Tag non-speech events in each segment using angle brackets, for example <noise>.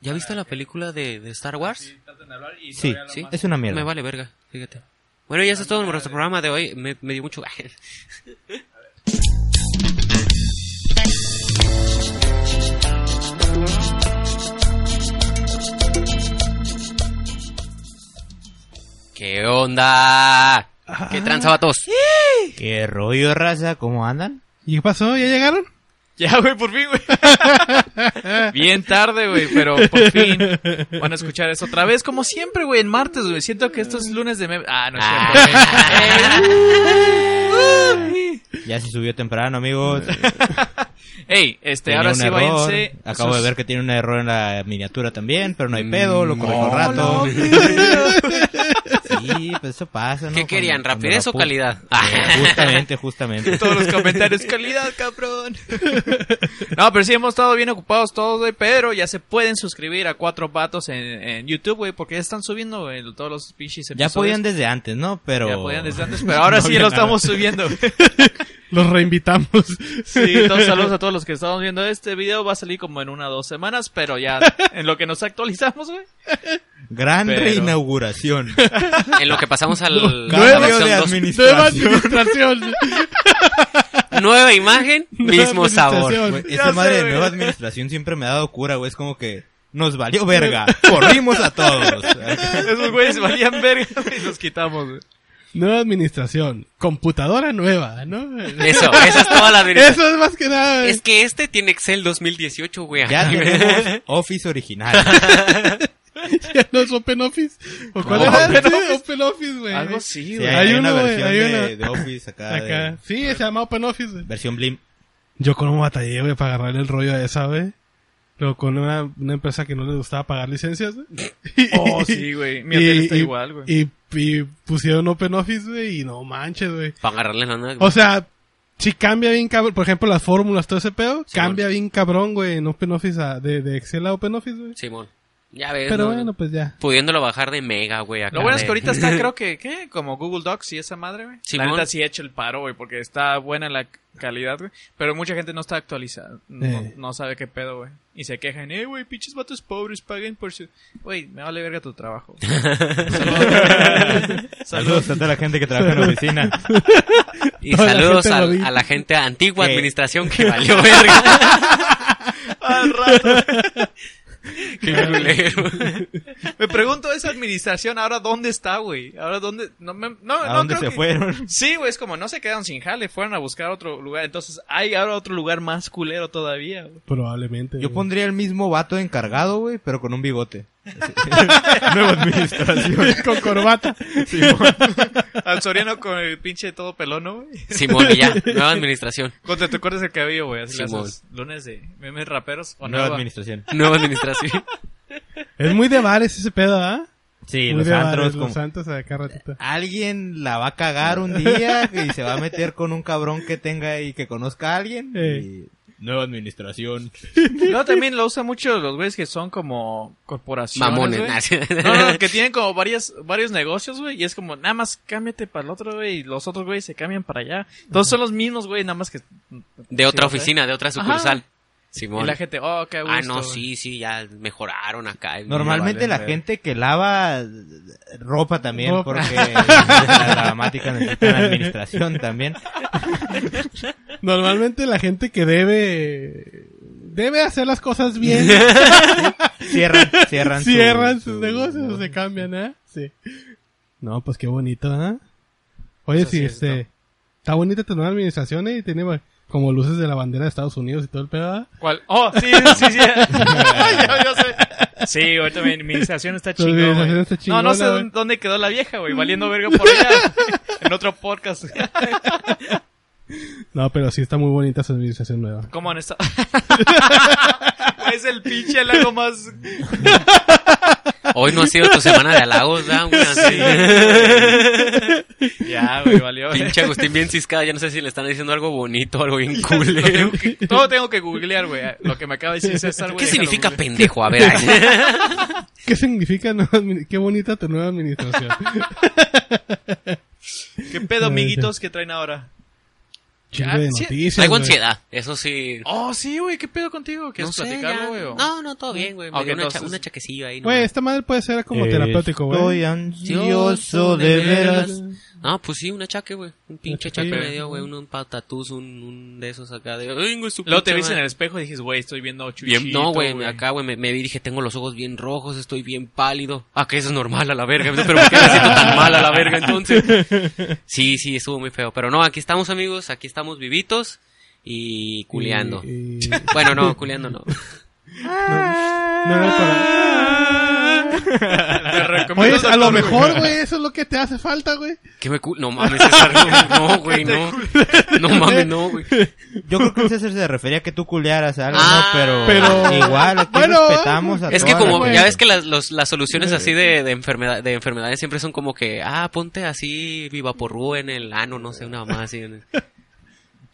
¿Ya viste la película de, de Ah, Star Wars? Sí, Sí. es una mierda. Me vale verga, fíjate. Bueno, y eso es todo en nuestro programa de hoy. Me, me dio mucho gaje. <laughs> ¿Qué onda? Ah. ¿Qué tranza, vatos? ¿Qué rollo, raza? ¿Cómo andan? ¿Y qué pasó? ¿Ya llegaron? <laughs> Ya, güey, por fin, güey. Bien tarde, güey, pero por fin van a escuchar eso otra vez, como siempre, güey, en martes, güey. Siento que esto es lunes de meme. Ah, no es cierto, Ah. <laughs> güey. <laughs> Ah. Ya se subió temprano, amigos. Ey, este, Tenía ahora un sí error. váyanse. Acabo de ver que tiene un error en la miniatura también, pero no hay pedo, lo corrijo un rato. <laughs> Sí, pues eso pasa, ¿no? ¿Qué querían, Cuando- cuando rapidez la o pu- calidad? <laughs> <laughs> Eh, Justamente, <laughs> justamente. Todos los comentarios, calidad, cabrón. No, pero sí hemos estado bien ocupados todos, güey, pero ya se pueden suscribir a Cuatro Patos en, en YouTube, güey, porque ya están subiendo güey, todos los pinches Ya episodios. podían desde antes, ¿no? Pero... Ya podían desde antes, pero <laughs> ahora No sí había lo nada. estamos subiendo. güey. Los reinvitamos. Sí, entonces saludos a todos los que estamos viendo este video. Va a salir como en una o dos semanas, pero ya en lo que nos actualizamos, güey. Gran Pero- <laughs> reinauguración. En lo que pasamos al, a la Cambio de versión dos. Nueva administración. administración. Nueva imagen, Nueva mismo sabor. administración. Güey, Ya Esta madre sé, de güey. nueva administración siempre me ha dado cura, güey. Es como que nos valió verga. <laughs> Corrimos a todos. Esos güeyes valían verga güey, y los quitamos, güey. Nueva administración. Computadora nueva, ¿no? Eso, esa es toda la verdad. Eso es más que nada. Es que este tiene Excel 2018, güey. Ya <laughs> tenemos Office original. Ya no es Open Office. ¿O cuál No, era? Open Sí, Office. Open Office, güey. Algo sí, Sí, güey. hay, Hay hay uno, una güey, versión hay de, una. de Office acá. de- Acá. Sí, se llama Open Office, güey. versión Blim. Yo como batallé, güey, para agarrarle el rollo a esa, güey. Luego con una, una empresa que no le gustaba pagar licencias, güey. Oh, sí, güey. Mi hotel está igual, güey. Y, y pusieron Open Office, güey, y no manches, güey. Para agarrarle la nada. O sea, si cambia bien cabrón, por ejemplo, las fórmulas, todo ese pedo, Sí, cambia bien cabrón, güey, en Open Office, a- de, de Excel a Open Office, güey. Simón. Ya ves. Pero ¿no? bueno, pues ya. Pudiéndolo bajar de mega, güey. acá Lo bueno es de- que <laughs> ahorita está, creo que, ¿qué? Como Google Docs y esa madre, güey. La Simón. neta sí he hecho el paro, güey, porque está buena la calidad, güey. Pero mucha gente no está actualizada. No, Eh. no sabe qué pedo, güey. Y se quejan, eh, güey, pinches vatos pobres, paguen por su... Güey, me vale verga tu trabajo. Saludos. Saludos. Saludos a toda la gente que trabaja en <laughs> la oficina. Y Toda la saludos gente al- lo vi. a, la gente antigua Eh. administración que valió verga. Al rato. <laughs> Qué culero. Me pregunto esa administración ahora dónde está, güey. Ahora dónde no me no, ¿A no dónde creo se que- fueron? Sí, güey, es como no se quedaron sin jale, fueron a buscar otro lugar. Entonces, hay ahora otro lugar más culero todavía. güey. Probablemente. Yo güey. pondría el mismo vato encargado, güey, pero con un <laughs> bigote. Nueva administración. con corbata. Al Soriano con el pinche todo pelón, ¿no, güey. Simón, y ya. Nueva administración. Cuando te cortes el cabello, güey, así Simón. los lunes de memes raperos o Nueva nueva. administración. Nueva administración. Es muy de bares ese pedo, ¿ah? Sí, muy los de antros bares, como... los antros acá ratito. Alguien la va a cagar un día y se va a meter con un cabrón que tenga y que conozca a alguien. Eh. y- Nueva administración. <laughs> No, también lo usan mucho los güeyes que son como corporaciones, Mamones. güey. nah. No, no, que tienen como varias, varios negocios, güey, y es como, nada más cámbiate para el otro, güey, y los otros, güey, se cambian para allá. Todos son los mismos, güey, nada más que... <laughs> De otra Sí, ¿sí? oficina, de otra sucursal. Y Simón. la gente, oh, qué gusto. Ah, no, güey". sí, sí, ya mejoraron acá. Normalmente valen la ver. gente que lava eh, ropa también, Ropa. porque la dramática necesita administración también. Normalmente la gente que debe... Debe hacer las cosas <laughs> bien. Cierran, cierran, su- Cierran su- sus negocios o se cambian, ¿eh? Sí. No, pues qué bonito, ¿eh? Oye, Eso sí, sí es, este... Está bonita tu nueva administración, ¿eh? Y tiene bueno, como luces de la bandera de Estados Unidos y todo el pedo, ¿eh? ¿Cuál? Oh, sí, <laughs> sí, <laughs> sí. yo, yo sé. Sí, ahorita mi administración está Tu chingona. administración güey. está No, no sé chingona, güey. dónde quedó la vieja, güey. Valiendo verga por <laughs> allá. güey. en otro podcast. No, pero sí está muy bonita su administración nueva. ¿Cómo han <laughs> estado? es el pinche lago más. Hoy no ha sido tu semana de halagos, <laughs> ¿verdad, güey? Así. Ya, güey, valió. <laughs> Pinche Agustín bien ciscada, ya no sé si le están diciendo algo bonito, algo <laughs> bien Lo culero. tengo que- todo tengo que googlear, güey. Lo que me acaba de decir César, güey. ¿Qué déjalo significa googlear. pendejo? <laughs> A ver, ¿Qué significa <laughs> nueva admi- Qué bonita tu nueva <laughs> administración. ¿Qué pedo, amiguitos, que traen ahora? chingo Ah, de sí, noticias. Traigo güey. ansiedad, eso sí. Oh, sí, güey, ¿qué pedo contigo? ¿Quieres sé, platicarlo, ya. güey? o- No, no, todo bien, güey. Me Ok, dio una, cha- entonces- una chaquecilla ahí. Güey, Pues, nomás. esta madre puede ser como Eh, terapéutico, Estoy güey. ansioso de veras. No, pues sí, un achaque, güey. Un pinche achaque chaquilla. me dio, güey. Un, un patatús, un, un de esos acá. De, Ay, güey, su Luego te pinche ves en madre". el espejo y dices, güey, estoy viendo chuchito, Bien- no, güey, me- acá, güey, me, me vi y dije, tengo los ojos bien rojos, estoy bien pálido. Ah, que eso es normal a la verga, pero ¿por qué me siento tan mal a la verga entonces? Sí, sí, estuvo muy feo. Pero no, aquí estamos, amigos, aquí estamos vivitos y culeando. Y- y- Bueno, no, culeando no. no era para- <laughs> Oye, a lo mejor, güey, eso es lo que te hace falta, güey. ¿Qué me cul... No mames, César, no, no, güey, no. No mames, no, güey. Yo creo que el César se refería a que tú culearas algo, Ah. ¿no? Pero, Pero- igual, aquí Bueno, respetamos a Es que toda la como, gente. ya ves que las, los- las soluciones así de, de, enfermedad, de enfermedades siempre son como que, ah, ponte así vivaporru en el ano, no sé, una mamá así. en el-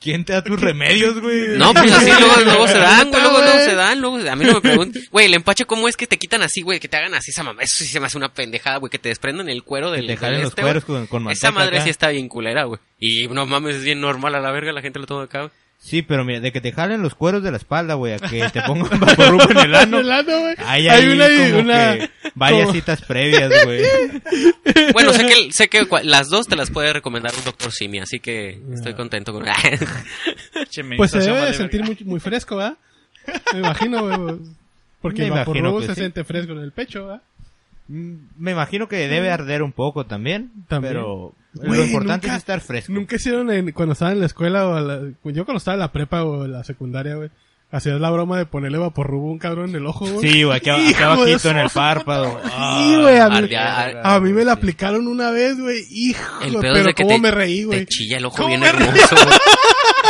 ¿Quién te da tus remedios, güey? No, pues <laughs> así luego, luego se dan, güey, luego, luego Güey. se dan, luego se- a mí no me preguntan. Güey, el empache, ¿cómo es que te quitan así, güey? Que te hagan así esa mamá. Eso sí se me hace una pendejada, güey, que te desprendan el cuero del, te del jalen los este, güey. cueros con, con manteca Esa madre acá. sí está bien culera, güey. Y no mames, es bien normal a la verga, la gente lo toma acá, güey. Sí, pero mira, de que te jalen los cueros de la espalda, güey, a que te <laughs> pongan vaporrupo en el ano. El ano, güey. Hay, ahí como que varias como- citas previas, <laughs> güey. Bueno, sé que, sé que cua- las dos te las puede recomendar un doctor Simi, así que Ah. estoy contento <laughs> con... Pues se debe de sentir muy, muy fresco, ¿verdad? <laughs> Me imagino, güey. Porque Me el imagino vaporrubo que se sí. siente fresco en el pecho, ¿verdad? Mm, Me imagino que debe arder un poco también, Mm. También. pero lo Güey, importante nunca- es estar fresco. Nunca hicieron en- cuando estaba en la escuela o la- yo cuando estaba en la prepa o la secundaria, güey. Hacías la broma de ponerle vaporrubo a un cabrón en el ojo, güey. Sí, güey, aquí, aquí Hijo de abajito su en el párpado. Ah, Sí, güey, a mí, Ardea- ar- a mí me la Sí. aplicaron una vez, güey. Hijo, El pedo es pero de que cómo te, me reí, te güey. chilla el ojo ¿Cómo bien me reí? hermoso, güey. <laughs>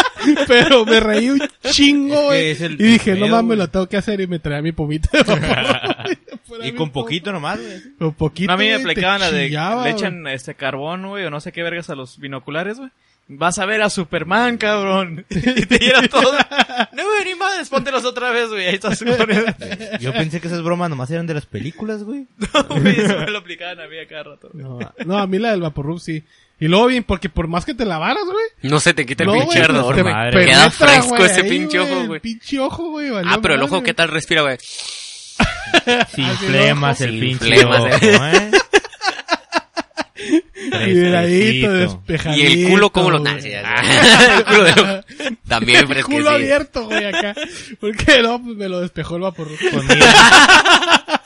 Pero me reí un chingo, güey. Es que es el y dije, pedo, no mames, güey. lo tengo que hacer. Y me traía mi pomita <laughs> de vaporrubo, güey. Fuera Y mi con pompa. poquito nomás, güey. Con poquito. No, a mí me güey, te aplicaban la de chillaba, le güey. echan este carbón, güey, o no sé qué vergas a los binoculares, güey. Vas a ver a Superman, cabrón. <laughs> Y te llenas todo. No, güey, ni madres, póntelos otra vez, güey. Ahí <laughs> está Superman. Yo pensé que esas bromas nomás eran de las películas, güey. Güey, eso me lo aplicaban a mí a cada rato. güey. No, no, a mí la del vaporrubo sí. Y luego bien, porque por más que te lavaras, güey. No se te quita el no, pinche güey, ardor, pues, te güey. madre. Queda penetra, fresco güey, ese ahí, pinche ojo, el güey. Pinche ojo, güey. Ah, pero el ojo, ¿qué tal respira, güey? Sin flemas el Sin pinche flemas, ojo, eh. ¿eh? <laughs> Miradito, Fresquecito. despejadito. Y el culo, ¿cómo lo güey. nah, <laughs> sí, ya, ya. El culo de lo- También El fresquecito. culo abierto, güey, acá. Porque no, pues me lo despejó el vaporrubo. <laughs>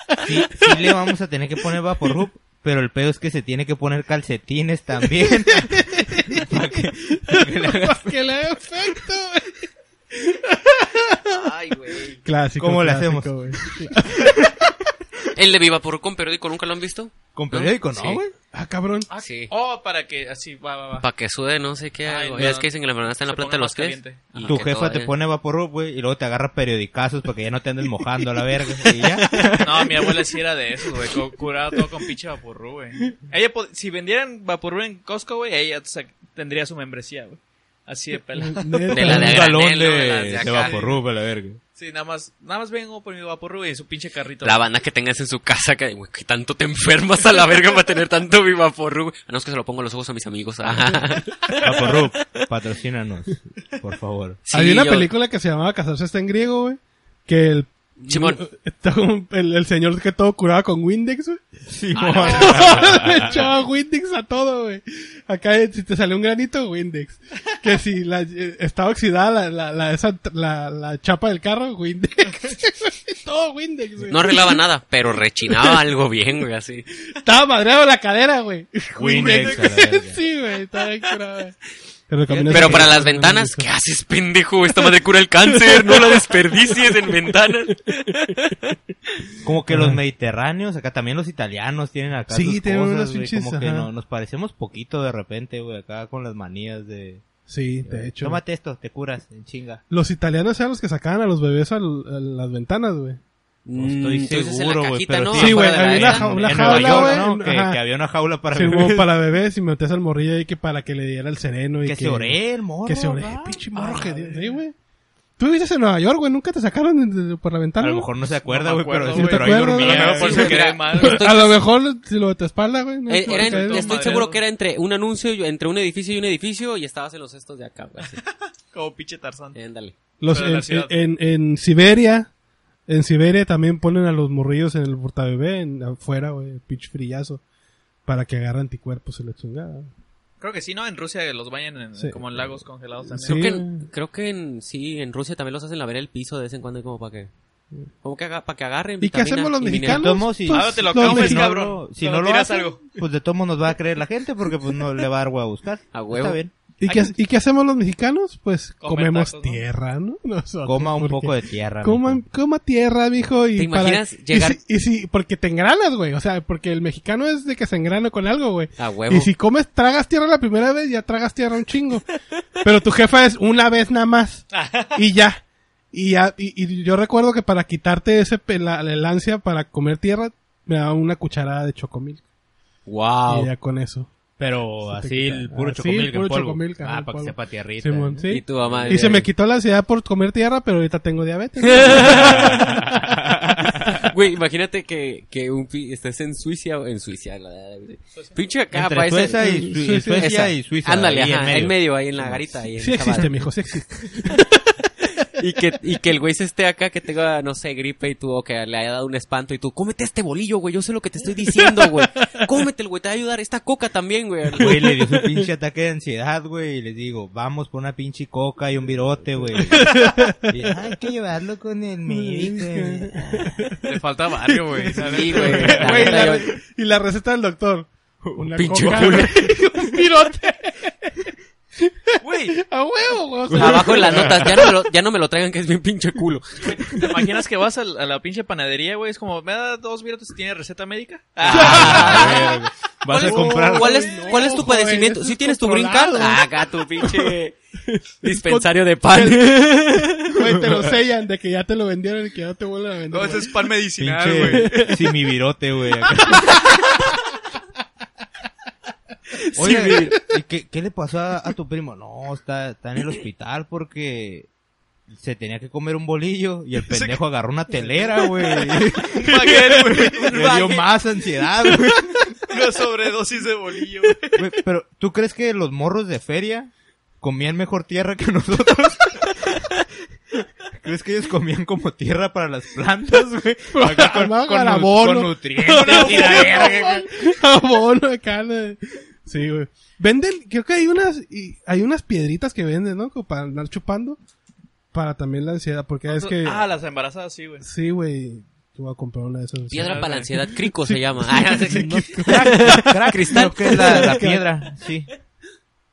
Pues mira, sí, sí le vamos a tener que poner Vaporrup, pero el pedo es que se tiene que poner calcetines también. <laughs> Para que le haga efecto, güey. Ay, güey. Clásico. ¿Cómo le clásico, hacemos? güey. El de Viva por con periódico, ¿nunca lo han visto? Con periódico, no, Sí. güey. Ah, cabrón. Ah, Sí. Oh, para que así, va, va, va. Para que sude, no sé qué. Ay, algo. no. Ya es que dicen que la enfermedad está en la Se planta de ponga los más pies. caliente. y Tu que jefa te todavía- pone Vaporrup, güey, y luego te agarra periodicazos para que ya no te andes mojando a la <laughs> verga. Y ya. No, mi abuela sí era de eso, güey. co- Curaba todo con pinche vaporru, güey. Ella, pod- si vendieran vaporru en Costco, güey, ella sa- tendría su membresía, güey. Así de <laughs> pelada. De la de Un a galón granel, de, ¿no? De las de de acá. Vaporrup a la verga. Sí, nada más, nada más vengo por mi vaporru y su pinche carrito. La banda que tengas en su casa, que, güey, que tanto te enfermas a la verga para tener tanto Viva güey. A no es que se lo pongo en los ojos a mis amigos. Ah. Vaporrup, patrocínanos, por favor. <laughs> Sí, Había una yo- película que se llamaba Casarse está en griego, güey. Que el. Simón. <laughs> todo- El, el señor que todo curaba con Windex, güey. Ah, <laughs> Le echaba Windex a todo, güey. Acá, eh, si te salió un granito, Windex. Que si la, eh, estaba oxidada la, la, la, esa, la, la chapa del carro, Windex. <laughs> todo Windex, güey. No arreglaba nada, pero rechinaba algo bien, güey, así. Estaba madreado la cadera, güey. <laughs> Windex, a la verga. sí, güey, estaba bien curado, güey. Te recomiendo Pero esa para película, las güey. ventanas, ¿qué haces, pendejo? Esta madre cura el cáncer, no la desperdicies en ventanas. Como que los mediterráneos, acá también los italianos tienen acá Sí, sus tienen cosas, unas güey, pinches, como que ajá. no- nos parecemos poquito de repente, güey, acá con las manías de... Sí, de hecho. Tómate esto, te curas, en chinga. Los italianos eran los que sacaban a los bebés al- a las ventanas, güey. No estoy Mm, tú dices en la seguro, güey, cajita, pero ¿no? sí, Afuera güey, de la había una esta. ja- una en jaula, Nueva York, güey, ¿no? en- Que, ajá. que había una jaula para Sí, bebés. hubo para bebés y metías al morrillo ahí que para que le diera el sereno y Que se ore el morro, Que se ore, ¿verdad? pinche morro Ah, que dio, sí, güey. Tú vives en Nueva York, güey. Nunca te sacaron de- de- por la A ventana. lo güey? mejor no se acuerda, No me güey, pero, sí, acuerdo, pero ahí güey. A lo dormía. mejor por güey. eso Sí, quedé mira. mal. <laughs> Pues- <laughs> A lo mejor si lo de tu espalda, güey. no, Eh, no, era en- no, no, esto- estoy madre. seguro que era entre un anuncio y entre un edificio y un edificio y estabas en los estos de acá. güey, <laughs> Así. Como pinche Tarzán. Eh. Ándale. Los, Pero en la en, ciudad. en- en Siberia, en Siberia también ponen a los morrillos en el portabebé, en, afuera, güey, pitch frillazo, para que agarre anticuerpos en la chingada. Creo que sí, ¿no? En Rusia los bañan en, Sí. como en lagos congelados también. Creo Sí. que, en- creo que en, sí, en Rusia también los hacen lavar el piso de vez en cuando como para que... Como que haga- para que agarren. ¿Y qué vitamina hacemos los De mineral. mexicanos? todos modos, si- Pues, Ahora te lo los acabo, mexicanos- si no cabrón. lo- Si Cuando no lo tiras hacen, algo. pues de todos modos nos va a creer la gente porque pues no le va a dar huevo a buscar. A huevo. Está bien. ¿Y, Ay, qué, ¿Y qué hacemos los mexicanos? Pues Comer comemos tacos, ¿no? tierra, ¿no? <laughs> Nosotros, Coma un porque- poco de tierra. Coma, mijo. coma tierra, mijo. Y ¿Te imaginas para- llegar- Y si, y si- porque te engranas, güey. O sea, porque el mexicano es de que se engrana con algo, güey. A huevo. Y si comes, tragas tierra la primera vez, ya tragas tierra un chingo. <laughs> Pero tu jefa es una vez <laughs> nada más. Y ya. Y ya, y, y yo recuerdo que para quitarte ese pe- la, el ansia para comer tierra, me daba una cucharada de chocomil. Y Wow. ya con eso. Pero Se te así quita. el puro Así, chocomil que en puro polvo. chocomilca, Ah, en para que polvo. sepa tierrita. Simón, ¿no? sí. Y tu mamá... Y se eh, <laughs> me quitó la ansiedad por comer tierra, pero ahorita tengo diabetes. Güey, imagínate que, que un, pi- estés en Suicia, o- en Suicia, la- la- la- pinche acá, Entre país- Suecia y, Su- y Suiza. Suecia esa. y Suiza. Ándale, ahí ajá, en medio. ahí en la garita. Ahí en sí esa existe, madre. mijo, sí existe. Y que, y que el güey se esté acá, que tenga, no sé, gripe y tú, o que le haya dado un espanto y tú, cómete este bolillo, güey, yo sé lo que te estoy diciendo, güey. Cómetelo, güey, te va a ayudar esta coca también, güey. <laughs> Güey, le dio su pinche ataque de ansiedad, güey, y les digo, vamos por una pinche coca y un virote, güey. Y, "Ah, hay que llevarlo con <laughs> el médico. güey". <laughs> Le falta barrio, güey. Sí, güey. la Güey, y neta, la yo- re- y la receta del doctor. Una Pinche coca, culo. <laughs> un pirote. Güey, A huevo, güey. o sea, Abajo en las notas, ya no, me lo, ya no me lo traigan que es bien pinche culo. ¿te imaginas que vas a la, a la pinche panadería, güey? Es como, ¿me da dos virotes si tiene receta médica? Ah, güey, Vas a ¿Cuál es- comprar. ¿Cuál es, No, cuál es tu joven, padecimiento? eso ¿Sí es tienes tu green card? controlado. Ah, Acá tu pinche dispensario de pan. Güey, te lo sellan de que ya te lo vendieron y que ya no te vuelven a vender. No, ese <laughs> güey. es pan medicinal, <laughs> güey. Pinche, sí, mi virote, güey. <laughs> acá. Oye, ¿y qué, qué le pasó a, a tu primo? No, está, está en el hospital porque se tenía que comer un bolillo y el pendejo agarró una telera, güey. Un <laughs> baguette, güey. Un <laughs> Le dio baguette. más ansiedad, güey. Una sobredosis de bolillo, güey. Güey, Pero, ¿tú crees que los morros de feria comían mejor tierra que nosotros? <laughs> ¿Crees que ellos comían como tierra para las plantas, güey? Acá Armaban nu- abono. con nutrientes y la verga, <laughs> güey. Abono acá. la- Sí, güey. Venden, creo que hay unas, y hay unas piedritas que venden, ¿no? Como para andar chupando. Para también la ansiedad, porque es que... Ah, las embarazadas, sí, güey. Sí, güey. Te voy a comprar una de esas. sí. Piedra para la ansiedad, crico se llama. Ah, no sé qué- Crack, Cristal. creo que es la, la piedra, sí.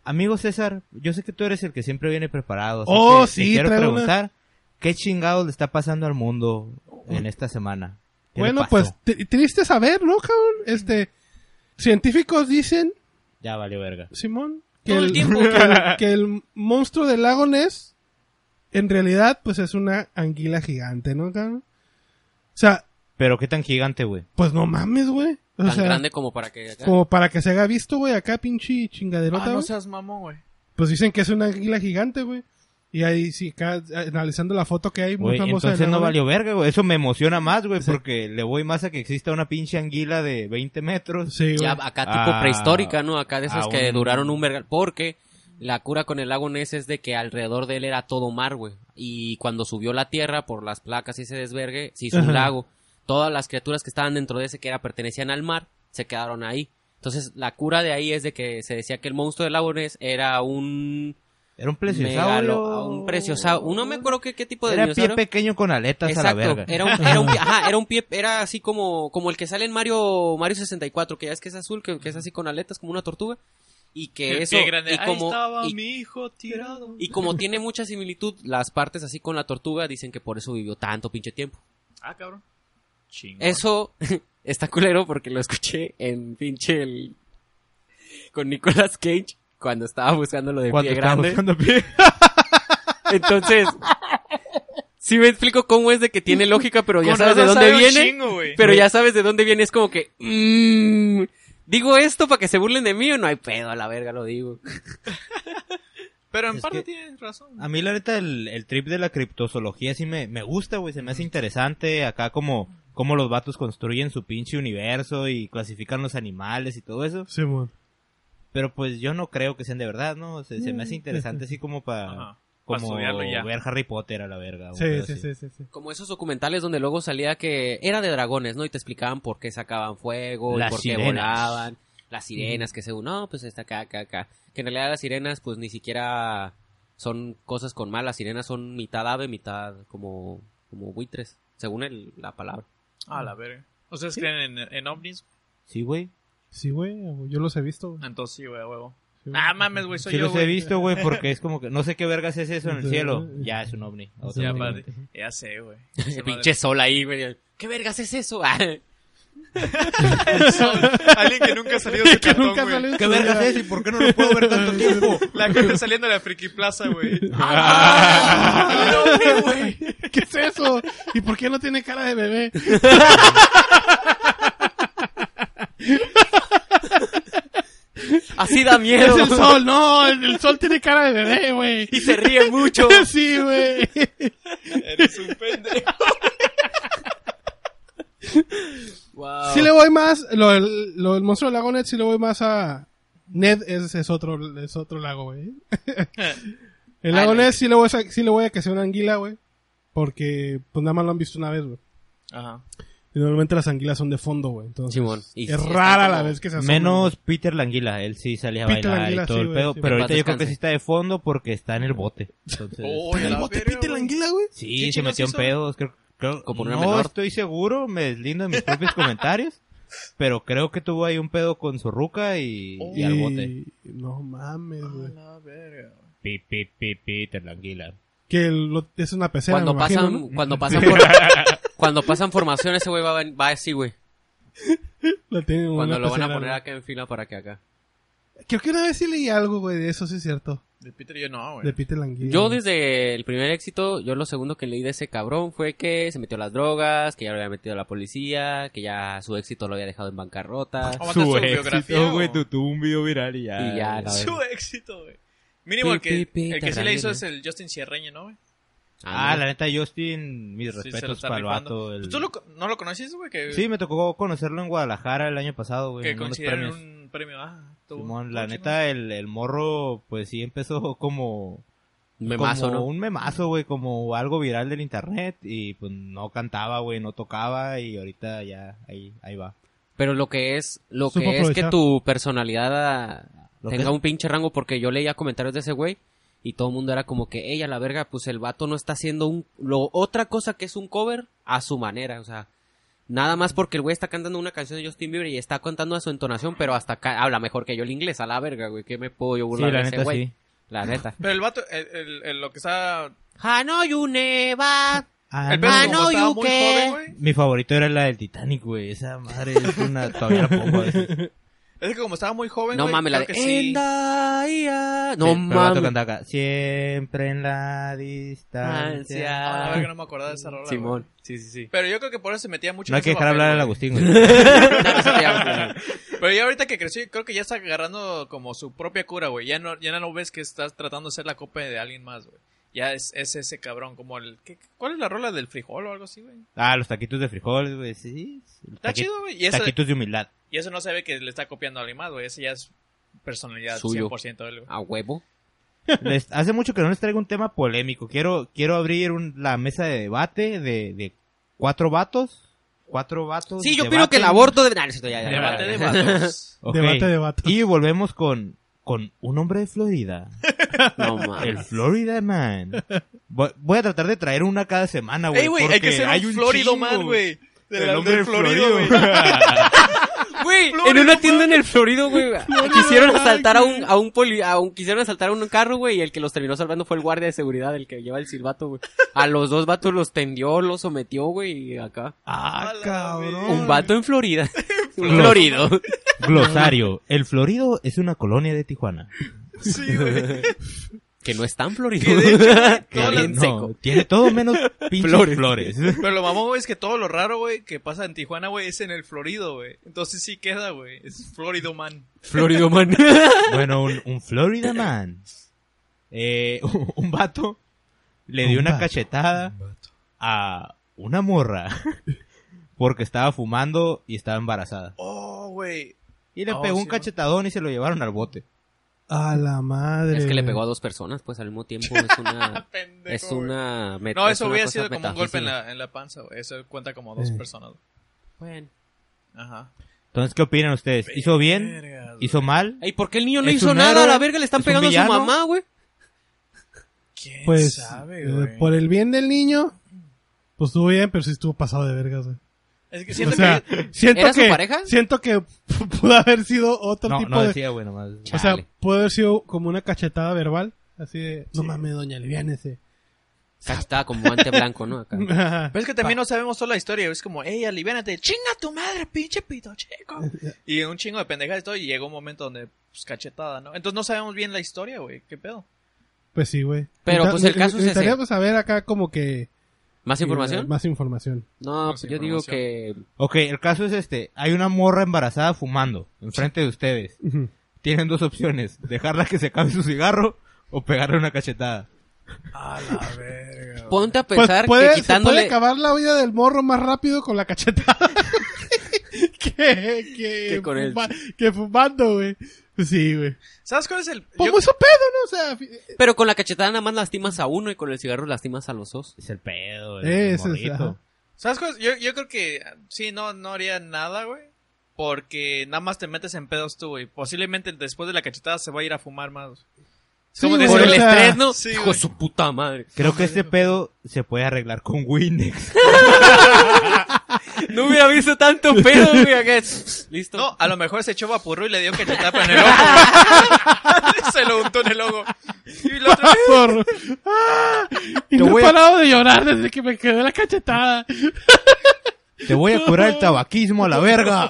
Amigo César, yo sé que tú eres el que siempre viene preparado. así Oh, que sí, te quiero trae una- preguntar, ¿qué chingados le está pasando al mundo en esta semana? ¿Qué le Bueno, pasó? pues tri- triste saber, ¿no, cabrón? Este, científicos dicen, Ya valió verga. Simón, que Todo el el, <laughs> tiempo. que el- que el monstruo del lago Ness, en realidad, pues es una anguila gigante, ¿no, cabrón? O sea, Pero qué tan gigante, güey. pues no mames, güey. O Tan sea, grande como para que... acá- como para que se haga visto, güey, acá pinche Ah, chingaderota, no güey. seas mamón, güey. Pues dicen que es una anguila gigante, güey. Y ahí sí, acá, eh, analizando la foto que hay, muy Güey, famosa. del entonces no lago valió verga, güey. Eso me emociona más, güey, Sí. porque le voy más a que exista una pinche anguila de 20 Ness. metros. Sí, güey. Ah, Ya acá tipo Ah, prehistórica, ¿no? Acá de esas a que un- duraron un vergal. Porque la cura con el lago Ness es de que alrededor de él era todo mar, güey. Y cuando subió la tierra por las placas y ese desvergue, se hizo Ajá. un lago. Todas las criaturas que estaban dentro de ese que era pertenecían al mar, se quedaron ahí. Entonces, la cura de ahí es de que se decía que el monstruo del lago Ness era un... Era un megalo- preciosaurio. un preciosaurio. No me acuerdo qué, qué tipo de Era pie dinosaurio. pequeño con aletas a la verga. Era un, era <laughs> un pie, ajá, era un pie, era así como, como el que sale en Mario, Mario 64, que ya es que es azul, que, que es así con aletas, como una tortuga. Y que El eso, pie grande. y como, Ahí estaba y, mi hijo tirado. y como tiene mucha similitud, las partes así con la tortuga dicen que por eso vivió tanto pinche tiempo. Ah, cabrón. Chingón. Eso <laughs> está culero porque lo escuché en pinche el, con Nicolas Cage cuando estaba buscando lo de Cuando pie estaba grande. buscando pie. <laughs> Entonces, si me explico cómo es de que tiene lógica, pero Pues ya Con sabes de razón dónde sabe un viene. chingo, güey. Pero ya sabes de dónde viene, es como que... mm, ¿Digo esto para que se burlen de mí o no hay pedo? A la verga lo digo. Pero en Es parte que- tienes razón. A mí la neta el, el trip de la criptozoología sí me, me gusta, güey, se me hace interesante acá como cómo los vatos construyen su pinche universo y clasifican los animales y todo eso, Simón. pero pues yo no creo que sean de verdad, ¿no? Se, se me Mm. hace interesante así como para Ajá. Pa' como estudiarlo y ya. ver Harry Potter a la verga. un Sí, pedo sí, así. sí, sí, sí. Como esos documentales donde luego salía que era de dragones, ¿no? Y te explicaban por qué sacaban fuego, y Las por qué sirenas. volaban, las sirenas, que según, no, pues está acá, acá, acá. Que en realidad las sirenas, pues ni siquiera son cosas con malas. Las sirenas son mitad ave, mitad como, como buitres, según el- la palabra. A la verga. ¿Ustedes creen en, en ovnis? Sí, güey. Sí, güey, yo los he visto. güey. Entonces sí, güey, a huevo. Sí, güey. Ah, mames, güey, soy Sí yo, los he güey. visto, güey, porque es como que no sé qué vergas es eso en el Sí. cielo. Ya es un ovni. <laughs> Ya, automáticamente. padre. Ya sé, güey. Ese <laughs> pinche sol ahí, güey. ¿Qué vergas es eso? <laughs> Ah, Alguien que nunca ha salido de su <laughs> Que cartón, nunca ha güey. salido ¿Qué su vergas vida. es y por qué no lo puedo ver tanto tiempo? La gente saliendo de la friki plaza, güey. ¡Ah! ¿Qué es eso? ¿Y por qué no tiene cara de bebé? Así da miedo. <laughs> Es el sol, no, el, el sol tiene cara de bebé, güey. <laughs> Y se ríe mucho. <laughs> Sí, güey. Eres un pendejo. Wow. Ah, Sí le voy más, lo, del- lo del monstruo del lago Ned sí le voy más a... Ned es, es otro, es otro lago, güey. El lago Ah, Ned Ned. sí le, voy a, sí le voy a que sea una anguila, güey. Porque pues nada más lo han visto una vez, güey. Ajá. Y normalmente las anguilas son de fondo, güey. Entonces, Simón. Y es sí, rara están la como- vez que se <laughs> asoman. Menos Peter Languila, él sí salía a Peter bailar Languila, y todo sí, el güey, pedo, sí, pero güey. ahorita yo creo Descanse. que sí está de fondo porque está en el bote. Entonces, Oh, ya la verga, güey. güey? sí, ¿qué se metió en chingados hizo? pedos, creo, creo- Como una no menor. estoy seguro, me deslindo de mis propios <laughs> comentarios, pero creo que tuvo ahí un pedo con su ruca y, Oh. y al bote. No mames, A güey. la verga, Pi, güey. pi, pi, Peter Languila. Que lo- es una pecera, Cuando me pasan, imagino, ¿no? cuando pasan por- <laughs> cuando pasan formación ese güey va, a- va así, güey. Lo tienen en Cuando una lo van a pecera, poner güey. acá en fila para que acá. Creo que una vez sí leí algo, güey, de eso, sí es cierto. De Peter yo no, De güey. Peter Languila. Yo desde el primer éxito, yo lo segundo que leí de ese cabrón fue que se metió a las drogas, que ya lo había metido a la policía, que ya su éxito lo había dejado en bancarrota. Aguanta su biografía, güey, o- tu- tuvo un video viral y ya. Y ya, la Su éxito, güey. Mínimo el que, Pi, pi, pi, el que sí le Terranera. hizo es el Justin Cierreño, ¿no, güey? Ah, la neta, Justin, mis Sí, se lo respetos está para el rifando. vato. el- ¿Tú lo co- no lo conoces, güey? Que, Sí, me tocó conocerlo en Guadalajara el año pasado, güey. que en unos consideran premios. un premio. Ah, tuvo- Simón, la tuvo neta, el, el morro, pues sí empezó como, Memazo, como ¿no? un memazo, güey, como algo viral del internet y pues no cantaba, güey, no tocaba y ahorita ya ahí, ahí va. Pero lo que es, lo Supo que es que aprovechar. tu personalidad ah, Lo que tenga es- un pinche rango, porque yo leía comentarios de ese güey y todo el mundo era como que, ella la verga, pues el vato no está haciendo un, lo, otra cosa que es un cover a su manera, o sea, nada más porque el güey está cantando una canción de Justin Bieber y está contando a su entonación, pero hasta acá habla mejor que yo el inglés, a la verga, güey, que me puedo yo burlar Sí, la de ese neta, güey, sí. la neta. Pero el vato, el, el- el- lo que está. Ah, no, you never. Ah, El pedo Ah, como no, estaba you muy qué. joven, güey. Mi favorito era la del Titanic, güey, esa madre <laughs> es una, todavía la pongo a veces. Es que como estaba muy joven, No güey, mames, la creo de... que sí. "And I am-" Sí, No pero el vato mames. cantaba acá, siempre en la distancia. Ansia. Ah, la verga, no me acordaba de esa rola. Simón. güey. Sí, sí, sí. Pero yo creo que por eso se metía mucho No hay en que ese dejar papel, hablar al güey. Agustín, güey. <laughs> Pero ya ahorita que creció, creo que ya está agarrando como su propia cura, güey. Ya no, ya no ves que estás tratando de ser la copia de alguien más, güey. Ya es, es ese cabrón, como el... ¿qué- ¿Cuál es la rola del frijol o algo así, güey? Ah, los taquitos de frijoles, güey, sí. los Está taqui- chido, güey. Y, eso- Taquitos de humildad. y eso no se ve que le está copiando a alguien más, güey. Ese ya es personalidad Suyo. 100% de él, güey. <laughs> A huevo. Les- hace mucho que no les traigo un tema polémico. Quiero, quiero abrir un- la mesa de debate de, de cuatro vatos. Cuatro vatos. Sí, yo creo creo que el aborto de... Nah, no es cierto, ya, ya, ya. Debate <laughs> de vatos. Debate de vatos. Y volvemos con, con un hombre de Florida. <laughs> No <laughs> El mames. Florida Man. Voy, voy a tratar de traer una cada semana, güey. Ey, güey, hay porque que ser hay un, Florido chingo, man, güey. El Del- del hombre de Florido, Florido. <laughs> güey. Güey, en Florido, una tienda en el Florido, güey, quisieron asaltar a un, a un poli, a un, quisieron asaltar a un carro, güey, y el que los terminó salvando fue el guardia de seguridad, el que lleva el silbato, güey. A los dos vatos los tendió, los sometió, güey, y acá. Ah, <laughs> A la cabrón. Un vato en <laughs> Florida. Un Florido. Glosario. El Florido es una colonia de Tijuana. Sí, güey. Que no es tan Florido. Que de hecho, güey, <laughs> Que todas las- bien seco. tiene todo menos pinches Flores. flores. Pero lo mamón, güey, es que todo lo raro, güey, que pasa en Tijuana, güey, es en el Florido, güey. Entonces sí queda, güey. Es Florido Man. <laughs> Florido, man. Bueno, un, un Florida Man eh, <laughs> un vato le dio Un una vato, cachetada a una morra porque estaba fumando y estaba embarazada. Oh, güey. Y le Oh, pegó sí, un güey. cachetadón y se lo llevaron al bote. A la madre. Es que le güey. pegó a dos personas, pues al mismo tiempo es <laughs> una... es una... meta- Ah, No, es eso una hubiera cosa sido como un golpe en metafísica. la, en la panza, güey. Eso cuenta como dos Eh. personas. Bueno. Ajá. Entonces, ¿qué opinan ustedes? ¿Hizo bien? Vergas, güey. ¿Hizo mal? ¿Y por qué el niño no Es hizo un nada? héroe, A la verga le están es un pegando a su villano. mamá, güey. ¿Quién Pues, sabe, eh, güey? por el bien del niño, pues estuvo bien, pero sí estuvo pasado de vergas, güey. Es que O siento sea, que... siento ¿Era su que, pareja? Siento que <laughs> pudo haber sido otro No, Este tipo no de... decía, güey, nomás. O sea, Chale. pudo haber sido como una cachetada verbal, así de, no mames, doña, aliviánese. Cachetaba como guante blanco, ¿no? <laughs> Acá. Pero es que también no sabemos toda la historia. Es como, ey, aliviánate. ¡Chinga tu madre, pinche pito, chico! Y un chingo de pendejadas y todo. Y llegó un momento donde, pues, cachetada, ¿no? Entonces no sabemos bien la historia, güey. ¿Qué pedo? <laughs> Pues sí, güey. Pero, pues, el caso es ese. Necesitaríamos saber acá como que... ¿Más información? eh, Más información. No, Más pues yo digo que... Ok, el caso es este. Hay una morra embarazada fumando enfrente de ustedes. Ujú. Tienen dos opciones. Dejarla que se acabe su cigarro o pegarle una cachetada. A la verga. Ponte a Pues, pensar puede, que se quitándole... puede acabar la vida del morro más rápido con la cachetada <laughs> que, que, Que con el- que fumando, güey. Pues Sí, güey. ¿Sabes cuál es el...? Pues yo- mucho pedo, ¿no? O sea, fi- Pero con la cachetada nada más lastimas a uno y con el cigarro lastimas a los dos. Es el pedo, el Ese es, morrito. ajá. ¿Sabes cuál es? Yo, yo creo que ah, sí, no, no haría nada, güey. Porque nada más te metes en pedos tú, güey. Posiblemente después de la cachetada se va a ir a fumar más. Es Sí, como güey, Por decir, el o sea, estrés, ¿no? sí, Hijo de güey. su puta madre. Creo que este pedo se puede arreglar con Windex. No hubiera visto tanto pedo, güey. acá. <laughs> Listo. No, a lo mejor se echó vapurro y le dio cachetada en el ojo. <laughs> güey. se lo untó en el ojo. Y el otro, Por- ¡Ah! Te Y no voy he a- parado de llorar desde que me quedé la cachetada. Te voy a <laughs> curar el tabaquismo a la verga.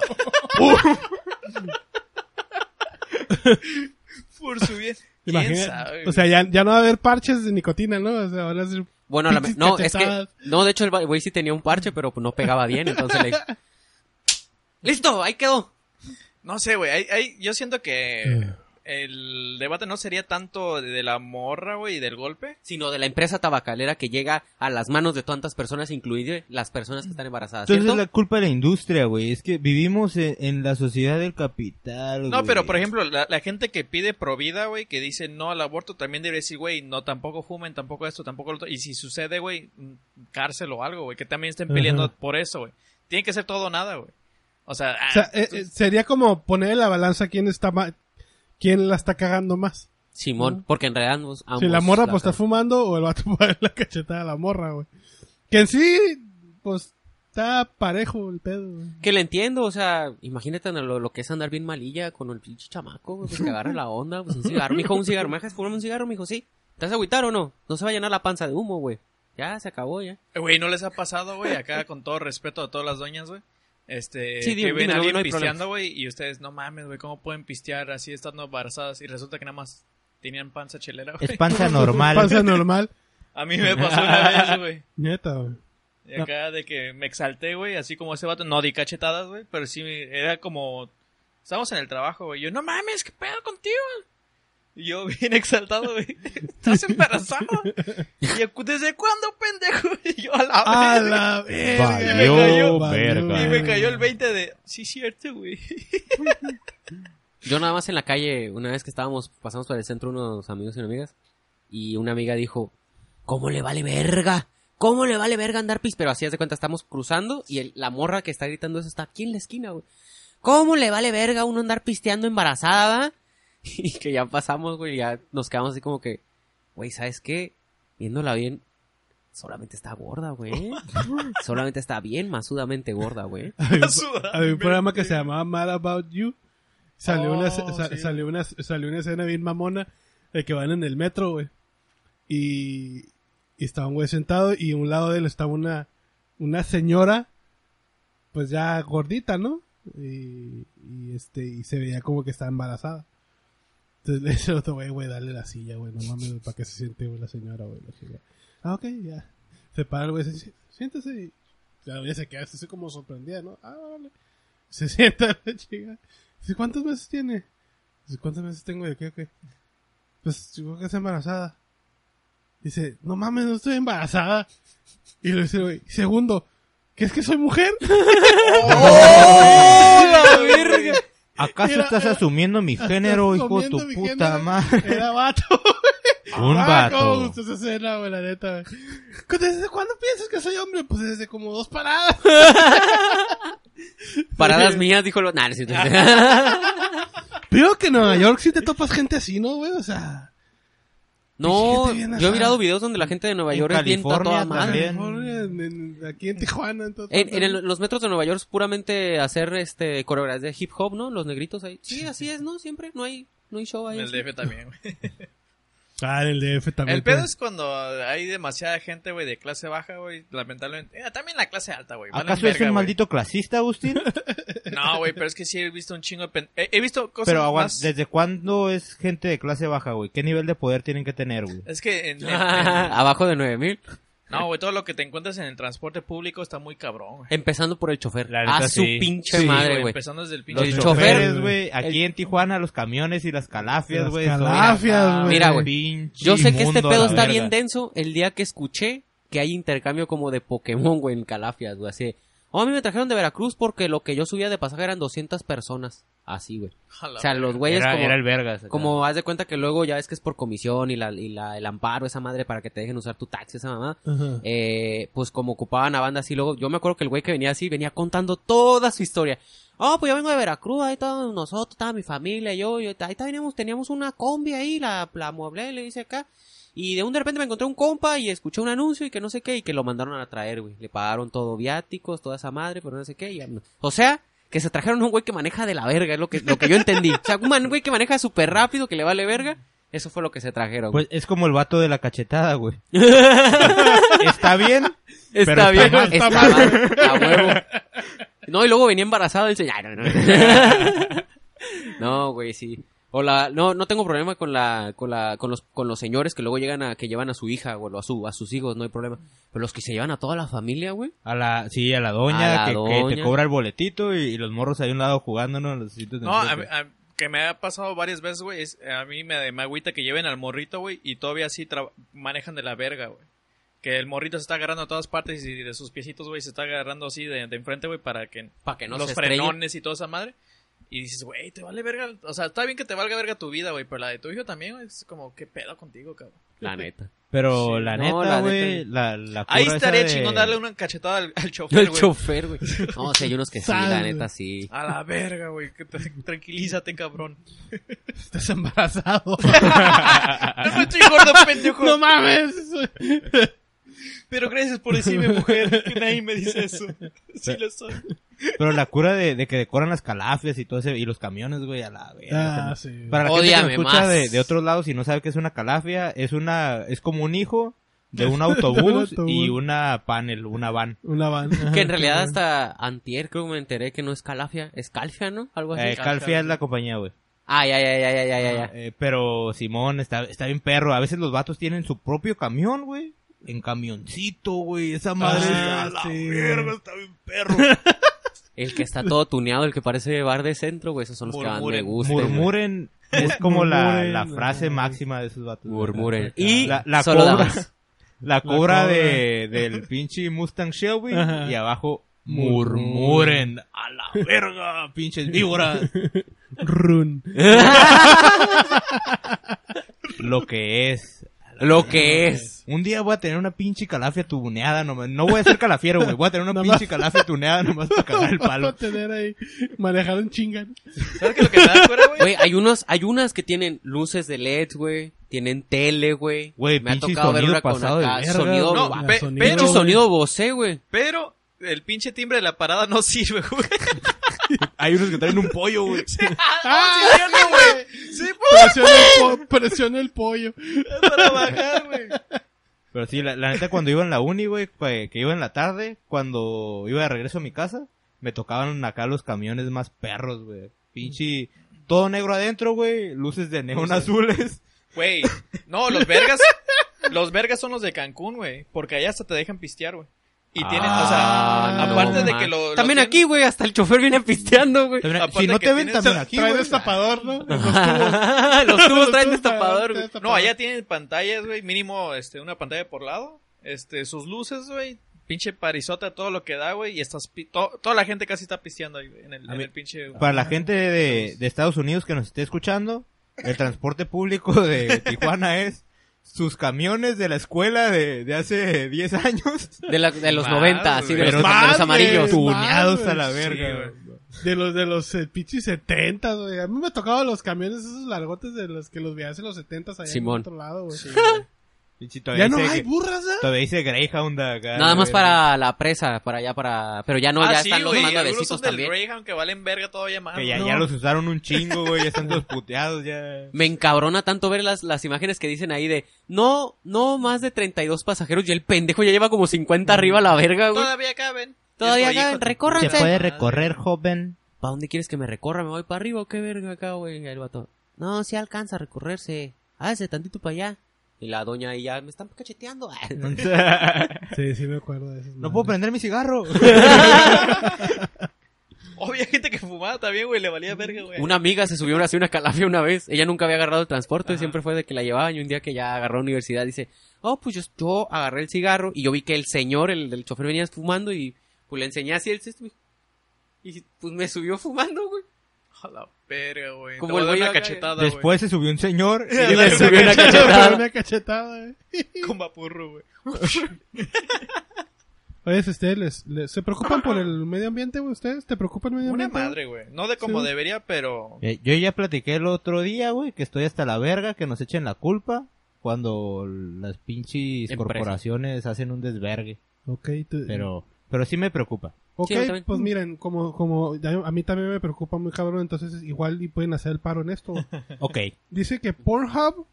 por su bien. ¿Quién Imagina, sabe, o sea, ya, ya no va a haber parches de nicotina, ¿no? O sea, van a ser... Bueno, a la me- pinches no, es que... cachetadas. No, de hecho el ba- güey sí tenía un parche, pero pues, no pegaba bien, entonces le... Listo, ahí quedó. No sé, güey. hay- hay- yo siento Mm. que el debate no sería tanto de la morra, güey, y del golpe. Sino de la empresa tabacalera que llega a las manos de tantas personas, incluidas las personas que están embarazadas, Entonces ¿cierto? es la culpa de la industria, güey. Es que vivimos en, en la sociedad del capital, No, güey. pero por ejemplo, la, la gente que pide provida, güey, que dice no al aborto, también debería decir, güey, no, tampoco fumen, tampoco esto, tampoco lo otro. Y si sucede, güey, mm, cárcel o algo, güey, que también estén peleando Ajá. por eso, güey. Tiene que ser todo o nada, güey. O sea, ah, O sea, eh, tú- eh, sería como poner en la balanza quién está ma- quién la está cagando más. Simón, porque en realidad ambos... si la ambos morra pues la- está fumando o el vato <laughs> pone la cachetada a la morra, güey. Que en sí, pues está parejo el pedo, güey. Que le entiendo, o sea, imagínate lo, lo que es andar bien malilla con el pinche chamaco, güey, pues que agarra la onda, pues un cigarro, mijo, un cigarro, ¿me dejas fumarme un cigarro, mijo? Sí. ¿Te vas a agüitar o no? No se va a llenar la panza de humo, güey. Ya, se acabó, ya. Güey, ¿no les ha pasado, güey? Acá, <laughs> con todo respeto a todas las doñas, güey. Este, Sí, dime, que ven dímelo, a güey, alguien no hay pisteando, güey, y ustedes, no mames, güey, ¿cómo pueden pistear así estando embarazadas? Y resulta que nada más tenían panza chelera, güey. Es <laughs> panza normal. Pasa <laughs> normal. A mí me pasó <laughs> una vez, güey. <laughs> Neta, güey. Y acá de que me exalté, güey, así como ese vato. No di cachetadas, güey, pero sí era como... Estábamos en el trabajo, güey. Yo, no mames, ¿qué pedo contigo? Y yo, <laughs> bien exaltado, güey. <laughs> ¿Estás embarazada? Y yo, ¿desde cuándo, pendejo? <laughs> Y yo, a la A verga. la verga. Valió verga. Y me cayó el 20 de... Sí, cierto, güey. Yo nada más en la calle, una vez que estábamos, pasamos por el centro unos amigos y unas amigas, y una amiga dijo, ¿cómo le vale verga? ¿Cómo le vale verga andar pis? Pero así haz de cuenta, estamos cruzando y el- la morra que está gritando eso está aquí en la esquina, güey. ¿Cómo le vale verga a uno andar pisteando embarazada? <laughs> va?" Y que ya pasamos, güey, ya nos quedamos así como que, güey, ¿sabes qué? Viéndola bien, solamente está gorda, güey. solamente está bien masudamente gorda, güey. <laughs> Había, Sudame. había un programa <laughs> que se llamaba Mad About You. Salió, Oh, una, sa- sí. salió, una, salió una escena bien mamona de que van en el metro, güey. Y, y estaba un güey sentado y a un lado de él estaba una, una señora, pues ya gordita, ¿no? Y, y este, y se veía como que estaba embarazada. Entonces <laughs> le dice el otro güey, güey, dale la silla, güey, no mames, güey, para que se siente, güey, la señora, güey, la silla. Ah, ok, ya. Se para el güey, se dice, siéntese y la doña se queda así como sorprendida, ¿no? Ah, vale. Se <laughs> sienta la chica. Dice, ¿cuántos meses tiene? Dice, ¿cuántos meses tengo de qué, o qué? pues yo creo que está embarazada. Dice, no mames, no estoy embarazada. Y le dice, güey, segundo, ¿qué es que <laughs> soy mujer? ¡La verga! ¿Acaso Era- estás asumiendo mi género, hijo de tu Comiendo eh, mi puta género. madre? Era vato. güey. <laughs> Un Ah, cómo me vato. gustó esa escena, güey, la neta. güey. ¿Desde cuándo piensas que soy hombre? Pues desde como dos <laughs> paradas. Paradas mías, dijo lo. Nah, no es cierto. Digo que en Nueva York sí te topas gente así, ¿no, güey? O sea, No, Fíjate bien, yo he ajá. mirado videos donde la gente de Nueva En York es bien a California toda madre. también. California, en- en- aquí en Tijuana, en todo- En, en el- los metros de Nueva York es puramente hacer este coreografías de hip hop, ¿no? Los negritos ahí. Sí, así es, ¿no? Siempre no hay no hay show ahí. En el así. DF también, güey. Ah, en el DF también. El pedo pues. es cuando hay demasiada gente, güey, de clase baja, güey. Lamentablemente. Eh, también la clase alta, güey. valen ¿Acaso es verga, un güey. maldito clasista, Agustín? No, güey, pero es que sí he visto un chingo de pen... He, he visto cosas Pero aguanta, más... ¿desde cuándo es gente de clase baja, güey? ¿Qué nivel de poder tienen que tener, güey? Es que... en- en- en- <laughs> Abajo de 9000, No, güey, todo lo que te encuentras en el transporte público está muy cabrón, güey. empezando por el chofer. La neta, a su sí. pinche Sí, madre, güey. Empezando desde el Los pinche... chofer- choferes, choferes, güey. Aquí en Tijuana, los camiones y las calafias, Las güey. son- calafias, güey. Mira, güey. Pinche Yo sé que este inmundo a pedo la está verga. bien denso el día que escuché que hay intercambio como de Pokémon, güey, en Calafias, güey, así. de, Oh, a mí me trajeron de Veracruz porque lo que yo subía de pasaje eran 200 personas. Así, güey. A la O sea, los güeyes Era, como... era el vergas. acá. Como haz de cuenta que luego ya ves que es por comisión y, la, y la, el amparo, esa madre, para que te dejen usar tu taxi, esa mamá. Ajá. Eh, pues como ocupaban a banda así, luego yo me acuerdo que el güey que venía así venía contando toda su historia. Oh, pues yo vengo de Veracruz, ahí todos nosotros, toda mi familia, yo, yo ahí teníamos, teníamos una combi ahí, la, la mueble, le dice acá. Y de un de repente me encontré un compa y escuché un anuncio y que no sé qué, y que lo mandaron a traer, güey. Le pagaron todo viáticos, toda esa madre, pero no sé qué. y ya no. O sea, que se trajeron a un güey que maneja de la verga, es lo que, lo que yo entendí. O sea, un man- güey que maneja súper rápido, que le vale verga. Eso fue lo que se trajeron. güey. Pues es como el vato de la <laughs> cachetada, güey. está bien, pero está bien, mal. está mal, <laughs> a huevo. No, y luego venía embarazado y dice, "Ay, no, no". <laughs> No, güey, sí. O la, no, no tengo problema con la, con la, con los, con los señores que luego llegan a, que llevan a su hija, güey, o a su, a sus hijos, no hay problema. Pero los que se llevan a toda la familia, güey. A la, sí, a la doña, A la que, que doña. te cobra el boletito y, y los morros ahí a un lado jugando, ¿no? Los sitios de No, a mí- enfrente. a- que me ha pasado varias veces, güey. es- A mí me, me agüita que lleven al morrito, güey, y todavía así tra- manejan de la verga, güey. Que el morrito se está agarrando a todas partes y de sus piecitos, güey, se está agarrando así de, de enfrente, güey, para que Para que no los se estrelle. frenones y toda esa madre. Y dices, güey, te vale verga. O sea, está bien que te valga verga tu vida, güey, pero la de tu hijo también güey, es como, ¿qué pedo contigo, cabrón? La <laughs> neta. Pero la no, neta, la güey, la, la Ahí curva esa estaría de- chingón darle una cachetada al, al chofer, El güey. chofer, güey. No, sí, hay unos que sí, la Sal. neta, sí. A la verga, güey. que te- Tranquilízate, cabrón. Estás embarazado. No me estoy gordo, pendejo. <laughs> <laughs> no mames. Pero gracias por decirme, <laughs> mujer, que nadie me dice eso. Sí lo soy. Pero la cura de, de que decoran las calafias y todo ese, y los camiones, güey, a la verga. Ah, sí. Para la Ódiame gente que nos escucha más. de, de otros lados y no sabe que es una calafia, es una, es como un hijo <laughs> de un autobús, autobús. y una panel, una van. Una banda. ajá, Que en realidad una hasta antier creo que me enteré que no es Calafia, es Calfia, ¿no? Algo así. Eh, Calfia es la compañía, güey. Ay, ay, ay, ay, ay, ay, ay, ay. Eh, pero Simón está, está bien perro. A veces los vatos tienen su propio camión, güey. En camioncito, güey. Esa madre. Ah, a la sí, verga, güey. está bien perro. El que está todo tuneado, el que parece bar de centro, güey, esos son los que más me Murmuren, gustan. güey. Murmuren. Es como la, la Murmuren, frase ajá. máxima de esos vatos. güey. Murmuren. Y la, la solo cobra. damas. La cobra de, del <laughs> pinche Mustang Shelby. Ajá. Y abajo. Murmuren. A la verga, pinches víboras. Run. Lo que es. Lo que es. Un día voy a tener una pinche calafia tuneada nomás. No voy a ser calafiero, güey. Voy a <laughs> tener una Nomás. pinche calafia tuneada nomás <laughs> para cagar el <laughs> Vamos a palo. tener ahí. Manejar un chingan. <laughs> ¿Sabes qué es lo que me da cura, güey? Güey, hay unos, hay unas que tienen luces de LED, güey. Tienen tele, güey. Güey, me ha pinche tocado ver sonido una con pasado de acá. verga, Sonido, No, guau. pe- sonido, pinche pero, güey. sonido vocé, güey. pero el pinche timbre de la parada no <laughs> sirve, güey. Hay unos que traen un pollo, <laughs> güey. Ah, sí, <laughs> cierto, güey. Sí, Presiona el, po- presiona el pollo. pues, para bajar, güey. Pero sí, la, la neta, cuando iba en la uni, güey, pa- que iba en la tarde, cuando iba de regreso a mi casa, me tocaban acá los camiones más perros, güey. Pinche. Todo negro adentro, güey. Luces de neón azules. Güey, <laughs> no, los vergas. Los vergas son los de Cancún, güey. Porque allá hasta te dejan pistear, güey. Y tienen, o Ah, sea, no, aparte de man. que lo. lo También tienen- aquí, güey, hasta el chofer viene pisteando, <laughs> güey. También- Aparte Si no que te ven, tienes- también aquí. Trae güey. destapador, ¿no? Los tubos traen destapador, güey. No, allá tienen pantallas, güey, mínimo este una pantalla por lado, este sus luces, güey, pinche parisota todo lo que da, güey, y estás pi- to- toda la gente casi está pisteando ahí, güey, en el, A en mí- el pinche <laughs> Para la gente de, de Estados Unidos que nos esté escuchando, el transporte público de Tijuana es sus camiones de la escuela de, de hace 10 <laughs> años. De, la- de los Madre, 90, así, de pero los madre. pantalones amarillos. Tu- Tuneados a la Sí, verga. De los de los eh, pinches setentas, güey. A mí me tocaban los camiones esos largotes de los que los veías en los setentas allá Simón. en otro lado, güey. Pinche, <laughs> ya todavía no dice hay que- burras, ¿eh? Todavía dice Greyhound acá. Nada más güey. para la presa, para allá, para... Pero ya no, ya Ah, sí, están los güey, más algunos son nuevecitos del también. Greyhound que valen verga todavía más. Que ya, güey. ya los usaron un chingo, güey. Ya están todos puteados, <laughs> ya. Me encabrona tanto ver las, las imágenes que dicen ahí de... No, no más de 32 pasajeros y el pendejo ya lleva como 50 arriba a la verga, güey. todavía caben. Todavía Hijo, caben, hijo, recórranse. tu- Se puede <laughs> joven. ¿Para dónde quieres que me recorra? ¿Me voy para arriba o qué verga acá, güey? El vato. No, sí alcanza a recorrerse. Hágase tantito para allá. Y la doña ahí ya me están cacheteando. <laughs> Sí, sí me acuerdo de esos. no puedo prender mi <laughs> cigarro. <laughs> Obvio, gente que fumaba también, güey, le valía verga, güey. una amiga se subió así a una calafia una vez. Ella nunca había agarrado el transporte, Ajá. siempre fue de que la llevaban. Y un día que ya agarró la universidad, dice: Oh, pues yo, yo agarré el cigarro y yo vi que el señor, el del chofer, venía fumando. Y pues le enseñé así el cesto. Y pues me subió fumando, güey. A la verga, güey. Como Como el el una güey acá, cachetada, güey. Después se subió un señor. <laughs> y Y le- le Una subió una cachetada. Una cachetada, eh. güey. Con vapurro, güey. Oye, si ustedes les, les- se preocupan por el medio ambiente, güey, ustedes te preocupan el medio Una ambiente. madre, güey. No de como Sí. debería, pero. Eh, Yo ya platiqué el otro día, güey, que estoy hasta la verga, que nos echen la culpa cuando las pinches Empresas. corporaciones hacen un desvergue. Ok, tú- Pero, pero sí <laughs> me preocupa. Ok, Sí, también. pues miren, como, como ya a mí también me preocupa muy cabrón, entonces igual y pueden hacer el paro en esto. Ok. Dice que Pornhub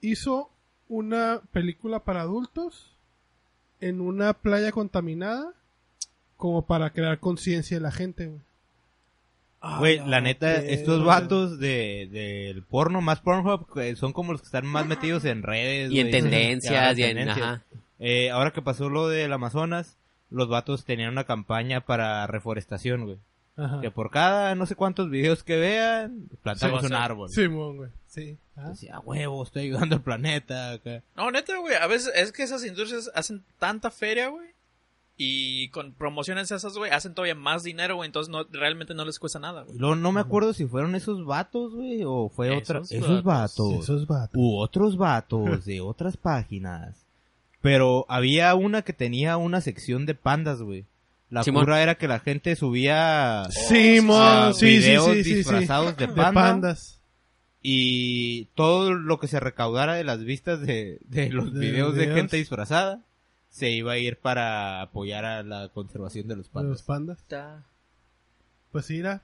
hizo una película para adultos en una playa contaminada como para crear conciencia de la gente, güey. Güey, la neta, verga. estos vatos de, del porno, más Pornhub, que son como los que están más metidos en redes. Y en güey, <laughs> tendencias, y en. tendencias. Ajá. Eh, ahora que pasó lo del Amazonas, los vatos tenían una campaña para reforestación, güey. Que por cada no sé cuántos videos que vean, plantamos Se un va a hacer. árbol. Simón, güey. Sí. Ah. Decía, "Ah, huevo, estoy ayudando al planeta. acá". No, neta, güey. A veces es que esas industrias hacen tanta feria, güey. Y con promociones esas, güey, hacen todavía más dinero, güey. Entonces no, realmente no les cuesta nada, Y güey. luego no me acuerdo si fueron esos vatos, güey, o fue Esos otra. vatos. Esos vatos. Esos vatos. U otros vatos de otras páginas. Pero había una que tenía una sección de pandas, güey. La Simón. cura era que la gente subía Simón, ah, sí, sí, videos sí, sí, sí. disfrazados de De panda. pandas. y todo lo que se recaudara de las vistas de, de los De videos de videos. gente disfrazada se iba a ir para apoyar a la conservación de los De los pandas. pandas. Pues sí, mira.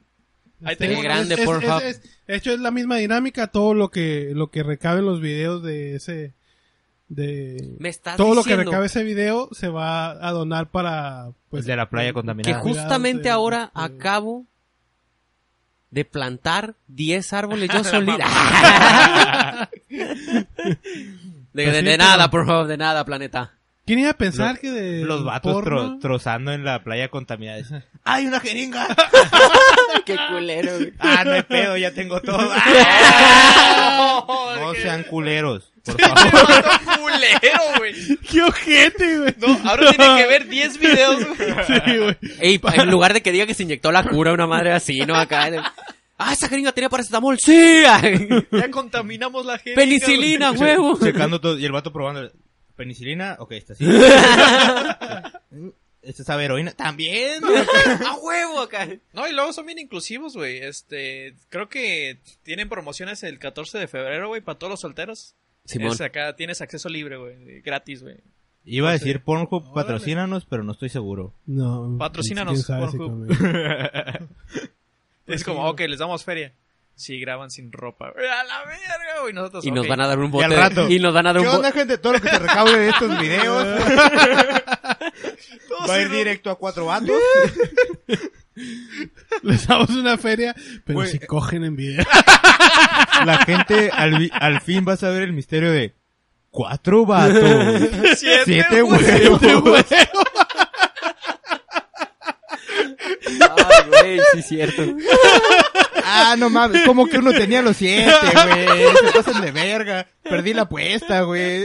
Ahí Este, tengo es- grande es- es- Pornhub. es- de hecho, es la misma dinámica todo lo que, lo que recaben los videos de ese... De, Me estás todo lo que diciendo recabe ese video se va a donar para Pues pues este, de la playa que contaminada. ju- justamente Cuidado, ahora sí. acabo de plantar 10 árboles yo solita. de, de- Pues sí, de pero- nada, por favor, de nada, planeta. quién iba a pensar Lo- que de Los vatos tro- porno- <laughs> trozando en la playa contaminada. <laughs> Dicen, ¡Hay una jeringa! Qué culero, güey. ¡Ah, no hay pedo! Ya <laughs> tengo todo. Ah, no No sean sean <laughs> culeros, por favor. <laughs> culero, güey. qué ojete güey No, ahora tiene que ver 10 videos, güey. sí <laughs> güey Ey, en lugar de que diga que se inyectó la cura una madre así, ¿no? Acá. de- Ah, esa jeringa tenía paracetamol, sí. <laughs> Ya contaminamos la gente. Penicilina, huevo. Checando todo. Y el vato probando. ¿Penicilina? Ok, está <laughs> así. ¿Esta sabe heroína? También. A huevo acá. No, y luego son bien inclusivos, güey. Este, creo que tienen promociones el 14 de febrero, güey, para todos los solteros. Simón. Es acá tienes acceso libre, güey, gratis, güey. Iba a decir Pornhub, patrocínanos, pero no estoy seguro. no Patrocínanos, quién sabe si Pornhub. conmigo. Es como, ok, les damos feria. Sí, graban sin ropa. güey. A la verga, güey. Nosotros, Y nos ok. van a dar un Y al bote. de- rato. Y nos van a dar un bote. gente? Todo lo que se recaude de estos videos Todos sin ropa. directo a cuatro vatos. <laughs> les damos una feria pero Güey. si cogen en video La gente al, vi- al fin va a saber el misterio de cuatro vatos. <laughs> Siete, Siete güey. huevos. Ey, sí, cierto. Ah, no mames, como que uno tenía los <laughs> siete, güey. Se pasan de verga. Perdí la apuesta, güey.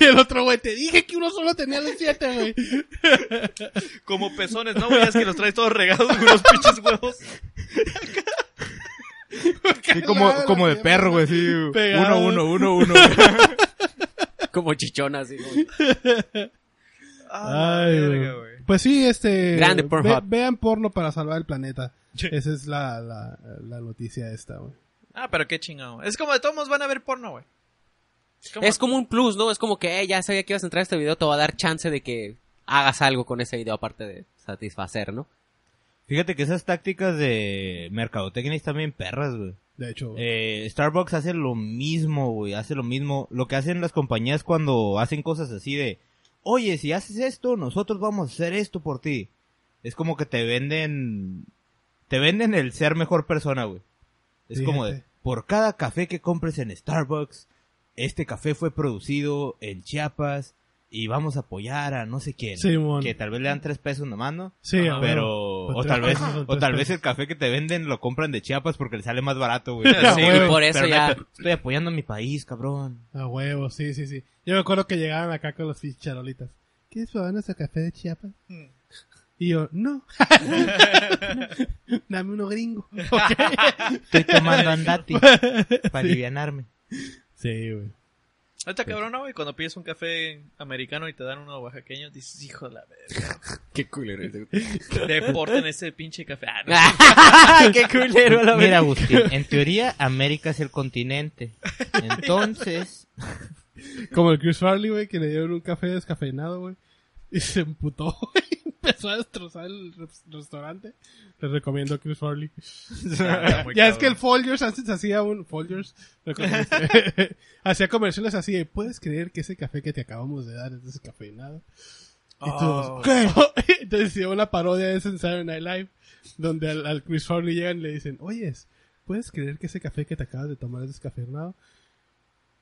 Y <laughs> el otro, güey, te dije que uno solo tenía los siete, güey. Como pezones, ¿no, güey? Es que los traes todos regados <laughs> con unos pinches huevos. Sí, como, como de perro, güey, sí. Pegado. Uno, uno, uno, uno. Como chichona, así. como- Ay, güey. Pues sí, este. Grande Pornhub. Vean porno para salvar el planeta. Esa es la, la, la noticia esta, güey. Ah, pero qué chingado. Es como de todos modos van a ver porno, güey. Es como un plus, ¿no? Es como que eh, ya sabía que ibas a entrar a este video, te va a dar chance de que hagas algo con ese video aparte de satisfacer, ¿no? Fíjate que esas tácticas de mercadotecnia están bien perras, güey. De hecho, Eh, Starbucks hace lo mismo, güey, hace lo mismo. Lo que hacen las compañías cuando hacen cosas así de, oye, si haces esto, nosotros vamos a hacer esto por ti. Es como que te venden, te venden el ser mejor persona, güey. Es Fíjate. como de, por cada café que compres en Starbucks, este café fue producido en Chiapas y vamos a apoyar a no sé quién. Simón. que tal vez le dan tres pesos nomás, ¿no? Sí, Ajá, a pero, huevo. o Pues tal tres vez, pesos son o tres tal pesos. vez el café que te venden lo compran de Chiapas porque le sale más barato, <laughs> güey. Sí, Pero- güey. Y por eso pero ya. neta, Estoy apoyando a mi país, cabrón. a huevo, sí, sí, sí. Yo me acuerdo que llegaban acá con las ficharolitas. ¿Quieres probar nuestro café de Chiapas? Y yo, <laughs> no. Dame uno <laughs> gringo. Estoy <laughs> tomando andati para alivianarme. Sí, güey. Ahorita cabrón, güey, cuando pides un café americano y te dan uno oaxaqueño, dices, hijo de la verga. Qué culero <laughs> Deporten ese pinche café. Ah, no. Qué culero, la Mira, verdad. Agustín, <laughs> en teoría América es el continente. Entonces, Como el Chris Farley, güey, que le dieron un café descafeinado, güey. Y se emputó, <laughs> güey. Empezó a destrozar el res- restaurante. Les recomiendo a Chris Farley. <laughs> Está muy <laughs> ya es que el cabrón. Folgers antes hacía un... Folgers. ¿lo conoces? <laughs> hacía comerciales así de, ¿puedes creer que ese café que te acabamos de dar es descafeinado? Y Oh. todos, ¿qué? <laughs> Entonces hicieron una parodia de eso en Saturday Night Live. Donde al, al Chris Farley llegan y le dicen, oyes, ¿puedes creer que ese café que te acabas de tomar es descafeinado?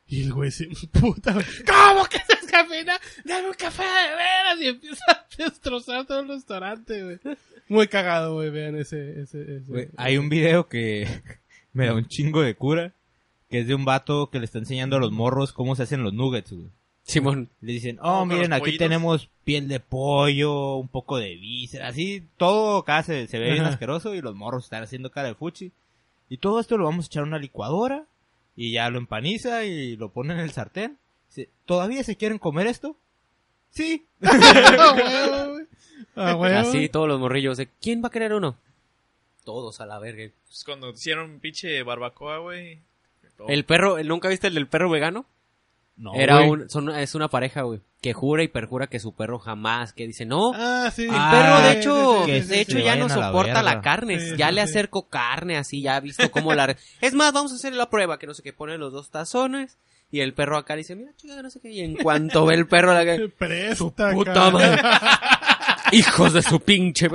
Y el güey se puta, ¿cómo que se descafeina? Dame un café de veras y empieza a destrozar todo el restaurante, güey. Muy cagado, güey, vean ese, ese, ese. <laughs> güey, hay un video que <laughs> me da un chingo de cura. Que es de un vato que le está enseñando a los morros cómo se hacen los nuggets, güey. Simón. Le dicen, oh, Como con miren, los aquí pollitos. tenemos piel de pollo, un poco de víscera, así, todo acá se, se ve bien Ajá. asqueroso y los morros están haciendo cara de fuchi. Y todo esto lo vamos a echar a una licuadora y ya lo empaniza y lo pone en el sartén. Dice, ¿todavía se quieren comer esto? Sí. A huevo, Ah, güey. A huevo. Así todos los morrillos. de, ¿Quién va a querer uno? Todos a la verga. Pues cuando hicieron pinche barbacoa, güey. El perro, ¿nunca viste el del perro vegano? No, Era güey. un, son, es una pareja, güey, que jura y perjura que su perro jamás, que dice, no, Ah, sí. el Ah, perro de sí, hecho, sí, sí, de sí, hecho sí, ya vayan no a la soporta la, verga. carne, Sí, ya sí, le sí. acerco carne así, ya ha visto cómo la... es más, vamos a hacer la prueba, que no sé qué, pone los dos tazones y el perro acá dice, mira, chica, no sé qué, y en cuanto ve el perro, la que, Presta, puta cabrón. madre, <laughs> hijos de su pinche,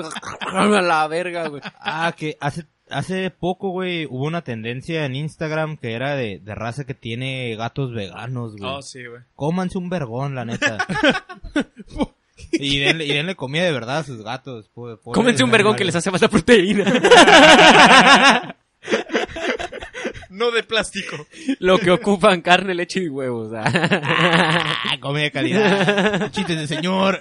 a la verga, güey. Ah, que hace, hace poco, güey, hubo una tendencia en Instagram que era de, de raza que tiene gatos veganos, güey. Oh, sí, güey. Cómanse un vergón, <laughs> la neta. y, denle, y denle comida de verdad a sus gatos. po- pobres Cómense un vergón que les animales. hace falta proteína. <laughs> No de plástico. Lo que ocupan carne, leche y huevos. ah. <laughs> Ah, comida de calidad. Chistes de señor.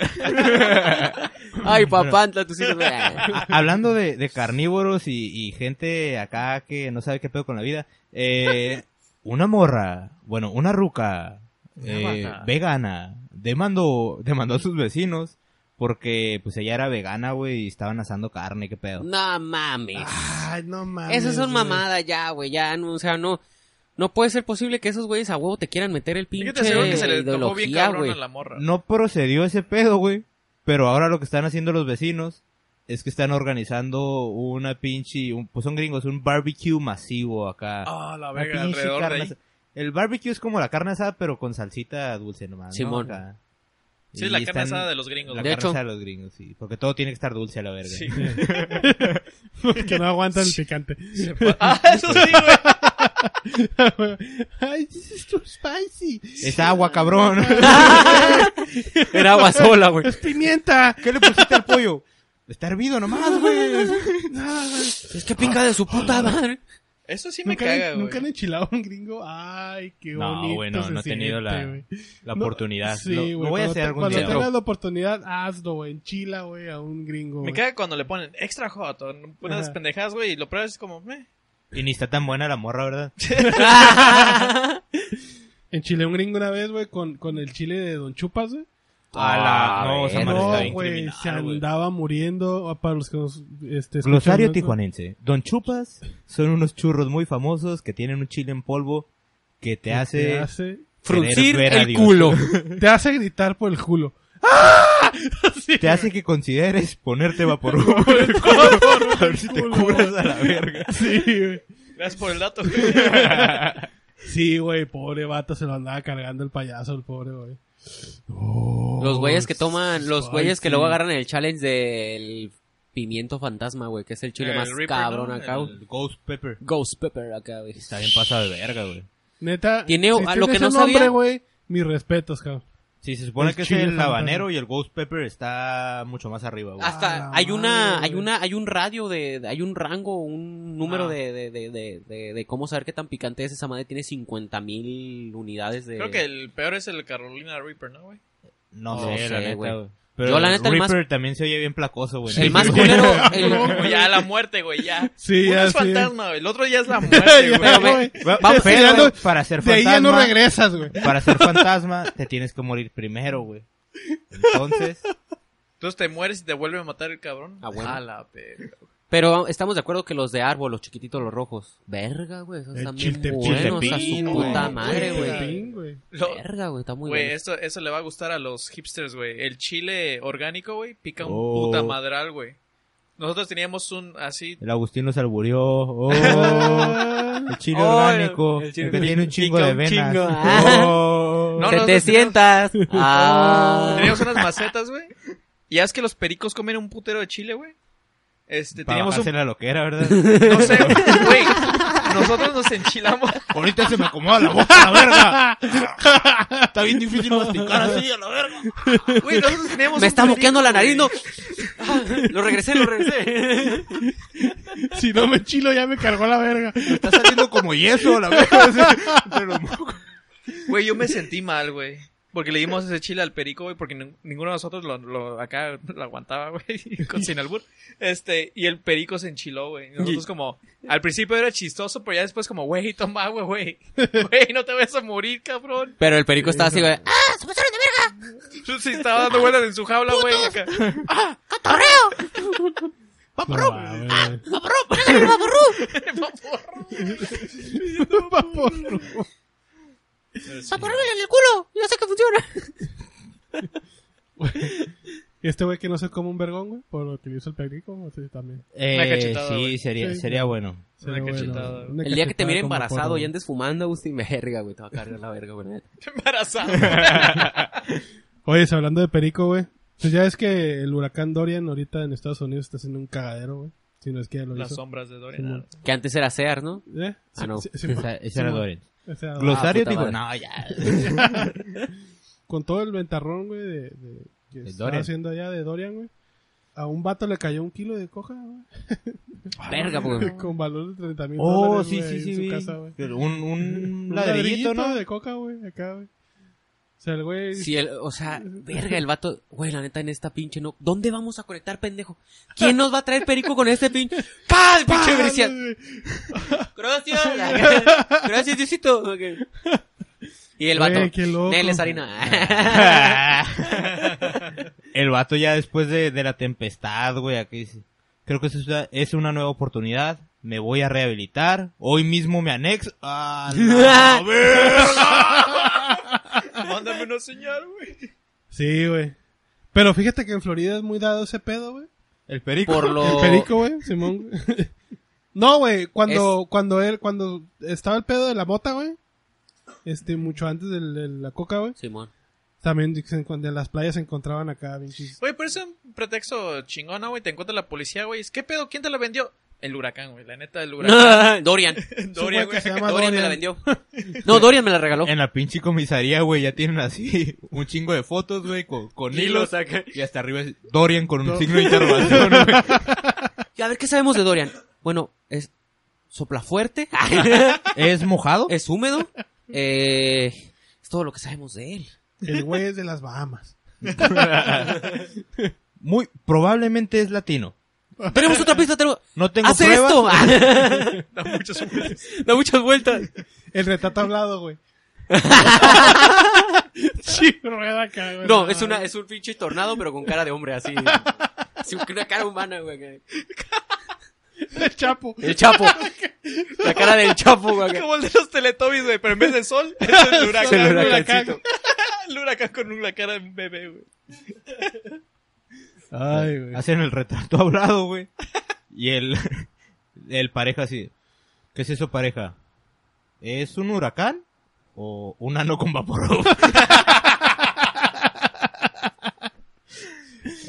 Ay, papantla, tus hijos. ah. Ha- Hablando de, de carnívoros y, y gente acá que no sabe qué pedo con la vida. eh, una morra, bueno, una ruca eh, Vegana. vegana demandó, demandó a sus vecinos porque pues ella era vegana, güey, y estaban asando carne, qué pedo. No mames. Ay, no mames. Esas son güey. mamadas ya, güey. Ya, no, o sea, no. No puede ser posible que esos güeyes a huevo te quieran meter el Yo pinche te aseguro que se le tocó bien ideología, cabrón güey. a la morra. No procedió ese pedo, güey. Pero ahora lo que están haciendo los vecinos es que están organizando una pinche, un- pues son gringos, un barbecue masivo acá. Ah, la Una verga, pinche alrededor de carne ahí. asa- El barbecue es como la carne asada, pero con salsita dulce nomás. ¿no? Simón. Acá. Sí, Y es la carne están- asada de los gringos. La De güey. carne hecho. asada de los gringos, sí. Porque todo tiene que estar dulce a la verga. Sí. Que no aguantan el picante. Ah, eso sí, güey. <laughs> Ay, this is too spicy. <laughs> Es agua, <laughs> cabrón. <laughs> Era agua sola, güey. <laughs> Es pimienta. ¿Qué le pusiste al pollo? Está hervido nomás, <laughs> güey. Es que pinga de su puta madre. Eso sí me Nunca, caga, han, güey. nunca han enchilado a un gringo. Ay, qué No, bonito. güey, no, se no he tenido la- siente, güey. La No, oportunidad. Sí, Lo- güey. lo, voy a cuando hacer te- algún Cuando día. tengas la oportunidad, hazlo, güey. Enchila, güey, a un gringo. Me güey. caga cuando le ponen extra hot o unas Ajá. pendejadas, güey, y lo pruebas es como, meh. Y ni está tan buena la morra, ¿verdad? Enchilé a un gringo una vez, güey, con, con el chile de Don Chupas, güey. A la... No, esa verga. madre está Ah, No, bien güey, criminal, se güey. andaba muriendo. ah, Para los que nos. Este, escuchan, Pues, Glosario ¿no? tijuanense. Don Chupas son unos churros muy famosos que tienen un chile en polvo que te Te hace... hace, Fruncir ver a el Dios. culo. te hace gritar por el culo. <laughs> Te hace que consideres ponerte <laughs> vaporú. <laughs> a ver si te curas a la verga. Sí, güey. Gracias por el dato, <laughs> güey. Sí, güey, pobre vato, se lo andaba cargando el payaso, el pobre, güey. Oh, Los güeyes que toman, los Ay, güeyes que sí. luego agarran el challenge del pimiento fantasma, güey, que es el chile El más Reaper, cabrón ¿no? acá. güey. Ghost Pepper. Ghost pepper acá, güey. Está bien pasado de verga, güey. Neta, Tiene- si a lo que ese no nombre, sabía- güey, mis respetos, cabrón. Sí, se supone El que es chile el fantasma. habanero y el Ghost Pepper está mucho más arriba, güey. Hasta Ah, hay una, madre, hay güey. una, hay un radio de, de- hay un rango, un número Ah. de, de, de, de, de- de cómo saber qué tan picante es esa madre. Tiene 50 mil unidades de. Creo que el peor es el Carolina Reaper, ¿no, güey? No, No sé, sé, la neta, güey. güey. Pero Yo, el la neta, el más- Reaper también se oye bien placoso, güey. El más <laughs> Sí, culero. <laughs> Como el- ya la muerte, güey, ya. Sí, Uno ya, es sí. fantasma, güey. El otro ya es la Ya, muerte, güey. güey. güey. güey. Vamos, Pero, ya no- güey, para ser De ahí ya no fantasma, regresas, güey. para ser fantasma, te tienes que morir primero, güey. Entonces, Entonces te mueres y te vuelve a matar el cabrón. Ah, bueno. A la perra. Pero estamos de acuerdo que los de árbol, los chiquititos, los rojos. Verga, güey. Esos El están bien chiltepín, buenos a su chiltepín, puta güey. madre, güey. Pin, güey. Lo- pues, Verga, güey. Está muy Güey, bueno. eso, eso le va a gustar a los hipsters, güey. El chile orgánico, güey, pica un Oh. puta madral, güey. Nosotros teníamos un así. el Agustín los alburió. <laughs> Oh, el chile orgánico. Oh, El, que tiene un chingo de venas. Oh. No, que no, te no, <laughs> sientas. Ah. Teníamos unas macetas, güey. Y es que los pericos comen un putero de chile, güey. Este, Para teníamos un. bajarse la loquera, ¿verdad? <laughs> No sé, güey. Nosotros nos enchilamos. Ahorita se me acomoda la boca, la verga. Está bien difícil masticar así. Güey, nosotros teníamos. Me un está perico, moqueando la nariz, no. güey. Ah, <laughs> Lo regresé, lo regresé. Si no me chilo, ya me cargó la verga. Está saliendo como yeso, la <laughs> verga. Entre los mocos. Güey, yo me sentí mal, güey. Porque le dimos ese chile al perico, güey, porque nin- ninguno de nosotros lo, lo- acá lo aguantaba, güey, <laughs> con sin albur. Este, y el perico se enchiló, güey. Y Nosotros como, al principio era chistoso, pero ya después como, güey, toma, güey, güey. Güey, no te vayas a morir, cabrón. Pero el perico está así, güey. ¡Ah! ¡Se pasaron de verga! Se estaba dando vueltas en su jaula, güey. acá. ¡Cotorreo! No mames, güey. ¡Paparrú! ¡Pégale el paparrú! <laughs> Paporru. ¡Paparrú ¡Ah, en el culo! Yo sé que funciona. Y este güey que no se come un vergón, güey, por lo que le hizo el perico, o sea, también. Una Eh, cachetada, sí, güey. sería, Sí. sería bueno. Una Pero cachetada, güey. una El día que te cachetada mire como embarazado porro. y andes fumando, Agustín, verga, güey. Te va a cargar la verga, güey. Embarazado. Oye, si hablando de perico, güey. Pues ya es que el huracán Dorian ahorita en Estados Unidos está haciendo un cagadero, güey. Si no es que ya lo Las hizo. sombras de Dorian. Simón. Que antes era Sears, ¿no? ¿Eh? Ah, no. <laughs> Esa, esa era Sí, Doren. O sea, Glosario, puta digo, madre. no, ya. <laughs> con todo el ventarrón, güey, de, de- que De está Dorian. haciendo allá de Dorian, güey. A un vato le cayó un kilo de coja, güey. Ah, Verga, pues, güey. <laughs> Con valor de 30 mil Oh, dólares, sí, güey, sí, en sí. su vi. casa, güey. Pero un, un <laughs> Un ladrillito, ¿no? de coca, güey, acá, güey. O sea, el güey... Sí, <laughs> el- o sea, verga, el vato, güey, la neta en esta pinche no. ¿Dónde vamos a conectar, pendejo? <laughs> ¿Quién nos va a traer perico con este pinche? ¡Pah! el ¡Ah, pinche Grecia! güey! <laughs> Gracias, gracias, Diosito. Ok. Y el vato, Güey, qué loco. Neles harina. <laughs> <laughs> El vato ya después de, de la tempestad, güey, aquí dice, creo que eso es una, es una nueva oportunidad, me voy a rehabilitar, hoy mismo me anexo. ¡Ah, <laughs> la verga! Ah, Mándame una señal, güey. Sí, güey. Pero fíjate que en Florida es muy dado ese pedo, güey. El perico. Por lo- El perico, güey, Simón. güey. <laughs> no, güey, cuando, cuando él, cuando estaba el pedo de la mota, güey. Este, mucho antes del- de la coca, güey. Simón. <laughs> También dicen cuando en las playas se encontraban acá, pinches. Güey, pero es un pretexto chingón, ¿no, güey. Te encuentra la policía, güey. Es, ¿Qué pedo? ¿Quién te la vendió? El huracán, güey. La neta, el <laughs> huracán. Dorian. Dorian, <laughs> güey. Se llama Dorian me la Dorian. <laughs> vendió. No, Dorian me la Eh. regaló. <laughs> En la pinche comisaría, güey, ya tienen así <laughs> un chingo de fotos, güey, con, con hilos. Y hasta arriba es Dorian con un signo de <laughs> interrogación, güey. Y a ver, ¿qué sabemos de Dorian? Bueno, es sopla <laughs> fuerte, ¿Es mojado? es húmedo, eh, es todo lo que sabemos de <laughs> él. El güey es de las Bahamas. <laughs> Muy probablemente es latino. Tenemos otra pista, tenemos... No tengo ¡Hace pruebas. <laughs> esto! Da muchos juguetes. da muchas vueltas. El retrato <laughs> hablado, güey. rueda acá, güey. No, es, una, es un pinche tornado, pero con cara de hombre, así. Así, una cara humana, güey. que- El chapo. El Chapo. La cara del Chapo, güey. que- Como el de los Teletubbies, güey. Pero en vez de sol, es el huracán. el el huracán. <laughs> huracancito. El huracán con una cara de un bebé, güey. Ay, güey. Hacen el retrato hablado, güey. Y el, <laughs> el pareja así. ¿Qué es eso, pareja? ¿Es un huracán? ¿O un ano con vapor? <laughs>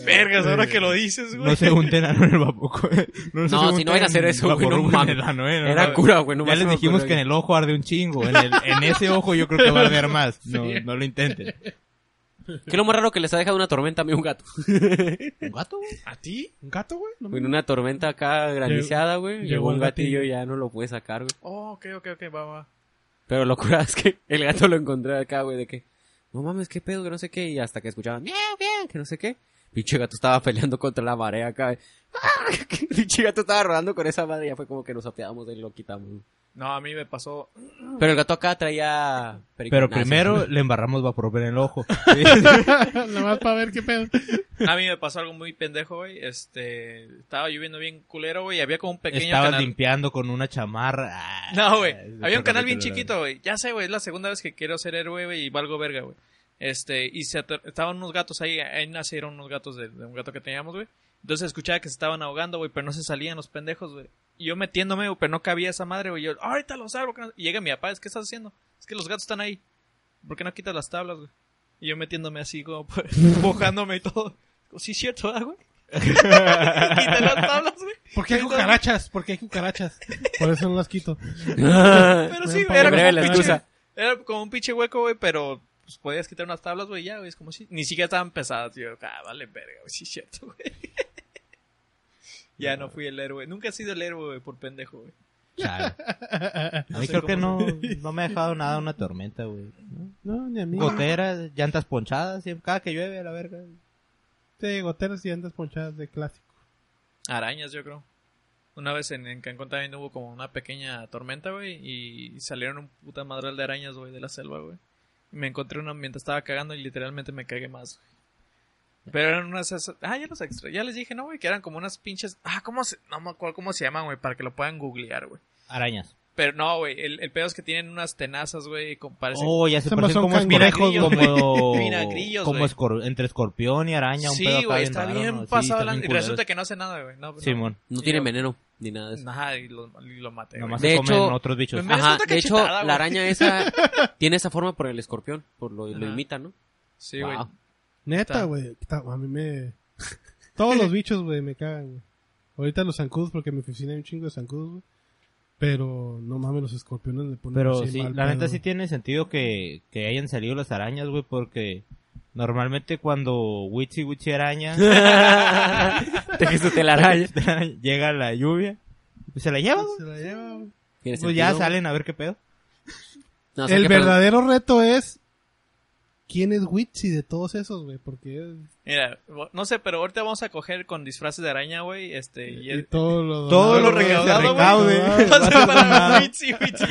Vergas, ahora que lo dices, güey. No se unten ano en el vapor. <laughs> se No, si no unten van a hacer eso, güey, vaporub no en mames. el ano, eh, no Era mames. cura, güey, no ya mames, les no me dijimos acuerdo que en el ojo arde un chingo. En, el- en ese ojo yo creo que va a <laughs> arder más. No, no lo intenten. ¿Qué es lo más raro que les ha dejado una tormenta a mí un gato? ¿Un gato? güey? ¿A ti? ¿Un gato, güey? No me- En una tormenta acá granizada, güey. llegó Llegó el un gatillo gatillo. y ya no lo pude sacar, güey. Oh, ok, ok, ok, va, va. Pero lo curado es que el gato lo encontré acá, güey, de que, no mames, qué pedo, que no sé qué, y hasta que escuchaban, miau, miau, que no sé qué. Pinche gato estaba peleando contra la marea acá. <laughs> güey. ¡Ah! Pinche gato estaba rodando con esa madre, ya fue como que nos apiadamos de él y lo quitamos. No, a mí me pasó. Pero el gato acá traía... Pero periconazos, primero le embarramos vapor en <laughs> el ojo. <laughs> <laughs> Nada más para ver qué pedo. A mí me pasó algo muy pendejo, güey. Este. Estaba lloviendo bien culero, güey. y había como un pequeño Estabas canal. limpiando con una chamarra. Ah, No, güey. es Había otro un canal bien capítulo, chiquito, güey. Ya sé, güey. Es la segunda vez que quiero ser héroe, güey. Y valgo verga, güey. Este, y se ator- estaban unos gatos ahí. Ahí nacieron unos gatos de, de un gato que teníamos, güey. Entonces escuchaba que se estaban ahogando, güey. Pero no se salían los pendejos, güey. Y yo metiéndome, güey. Pero no cabía esa madre, güey. Yo, ahorita los abro. que no-". Y llega mi papá. Es que estás haciendo. Es que los gatos están ahí. ¿Por qué no quitas las tablas, güey? Y yo metiéndome así, como, <laughs> pues, mojándome y todo. Sí, es cierto, ¿verdad, güey. <laughs> Quita las tablas, güey. ¿Por qué hay cucarachas? ¿Por qué hay cucarachas? Por eso no las quito. Pero <laughs> Me sí, güey, era da un poco como, de un la pinche- excusa. era como un pinche hueco, güey, pero pues, podías quitar unas tablas, güey, ya, güey, es como si... Ni siquiera estaban pesadas, yo, ah, vale, verga, güey, sí es cierto, güey. <laughs> ya no fui el héroe, nunca he sido el héroe, güey, por pendejo, güey. Chale. <laughs> A mí sé creo que no, cómo no me ha dejado nada una tormenta, güey. No, ni a mí. Goteras, llantas ponchadas, siempre- cada que llueve a la verga. Sí, goteras y andas ponchadas de clásico. Arañas, yo creo. Una vez en, en Cancún también hubo como una pequeña tormenta, güey, y salieron un puta madral de arañas, güey, de la selva, güey. Y Me encontré una mientras estaba cagando y literalmente me cagué más, güey. Pero eran unas... esas- Ah, ya los extra... Ya les dije, no, güey, que eran como unas pinches... Ah, ¿cómo se...? No me acuerdo cómo se llaman, güey, para que lo puedan googlear, güey. Arañas. Pero no, güey, el, el pedo es que tienen unas tenazas, güey, con parecen... Oh, ya se Son- parecen son como cangrejos, escorpión, <laughs> como, Vinagrillos, como güey. escor- entre escorpión y araña, un pedo sí, acá güey, está raro, bien ¿no? Sí, pasado está la- bien Y culero. resulta que no hace nada, güey. No, no. Simón, <laughs> No tiene veneno, ni nada de eso. Ajá, y lo, y lo maté, güey. nomás De se hecho- comen otros bichos. Ah, Me- Ajá, otra de hecho, cachetada, güey. la araña esa tiene esa forma por el escorpión, por lo, lo Ajá. imita, ¿no? Sí, güey. Wow. Neta, Está. güey. está- A mí me. <laughs> Todos los bichos, güey, me cagan, güey. Ahorita los zancudos, porque en mi oficina hay un chingo de zancudos, güey. Pero no mames, los escorpiones le ponen. Pero así sí, mal la neta pedo, sí güey. tiene sentido que, que hayan salido las arañas, güey, porque normalmente cuando Witchy Witchy araña, <laughs> Te que su telaraña. <laughs> llega la lluvia, pues se la llevan, güey. Se la lleva, güey. Tiene pues ya sentido. salen a ver qué pedo. No, ¿sabes El qué? Perdón. verdadero reto es. ¿Quién es Witsi de todos esos, güey? Porque. es- Mira, bo- no sé, pero ahorita vamos a coger con disfraces de araña, güey. Este, y Y el, todo lo. Todo lo lo que se recaudado, güey. recaude. va a ser va a ser <laughs> para nada. Witsi, <laughs> Witsi.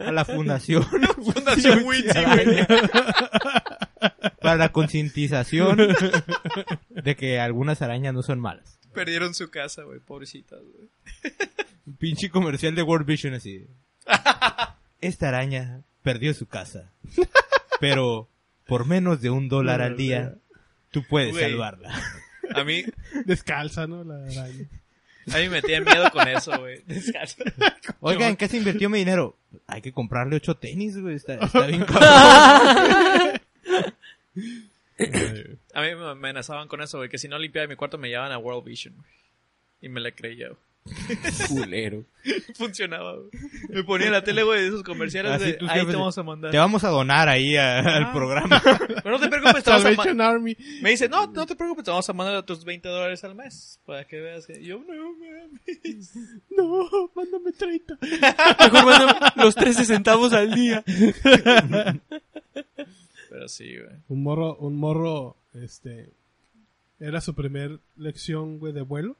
A la fundación. <laughs> Fundación Witsi, güey. para la concientización de que algunas arañas no son malas. Perdieron su casa, güey, pobrecitas, güey. Un pinche comercial de World Vision así. Esta araña perdió su casa, pero por menos de un dólar al día, tú puedes <laughs> Güey. salvarla. A mí, <laughs> Descalza, ¿no? La araña. a mí me tienen miedo con <laughs> eso, güey. Descansa. Oigan, ¿en qué se invirtió mi dinero? Hay que comprarle ocho tenis, güey. Está, <laughs> está bien cabrón. <laughs> A mí me amenazaban con eso, güey, <laughs> que si no limpiaba mi cuarto me llevaban a World Vision, güey. Y me la creía, güey. Culero. Funcionaba, güey. Me ponía en la tele, güey, de esos comerciales Así de tus ahí jefes te de- vamos a mandar. Te vamos a donar ahí a- al programa. Pero no te <laughs> preocupes, te vamos a ma- Salvation Army. Me dice, no, no te preocupes, te vamos a mandar a tus 20 dólares al mes. Para que veas que yo no mames. No, mándame 30. Mejor los 13 centavos al día. Pero sí, güey. Un morro, un morro, este. Era su primer lección, güey, de vuelo.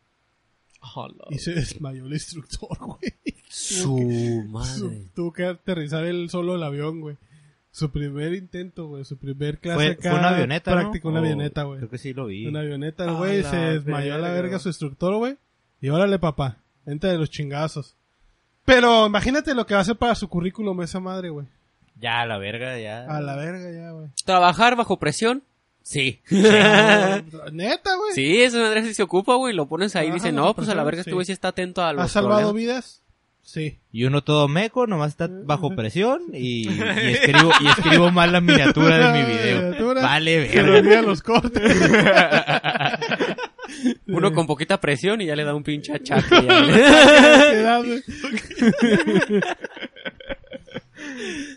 Hola. Y se desmayó el instructor, <laughs> güey. Su Su- madre. Tuvo que aterrizar él solo el avión, güey. Su primer intento, güey. Su primer clase fue, acá fue una avioneta, ¿no? Práctica, una O- avioneta, güey. Creo que sí lo vi. Una avioneta, A güey. la Se desmayó a la verga. verga su instructor, güey. Y órale, papá. Entra de los chingazos. Pero imagínate lo que va a hacer para su currículum esa madre, güey. Ya, a la verga, ya. A la verga ya, <laughs> güey. ¿Trabajar bajo presión? Sí. Neta, güey. Sí, esa madre sí se ocupa, güey. Lo pones ahí y Trabaja dicen, bajo no, pues a la presión, verga sí. este güey sí está atento a los ¿Ha salvado problemas. vidas? Sí. Y uno todo meco, nomás está bajo presión y, y escribo, y escribo mal la miniatura de mi video. Miniatura. Vale, Se le verga. olvidan los <laughs> cortes. Uno con poquita presión y ya le da un pinche achaque. ya, güey. Te da, güey.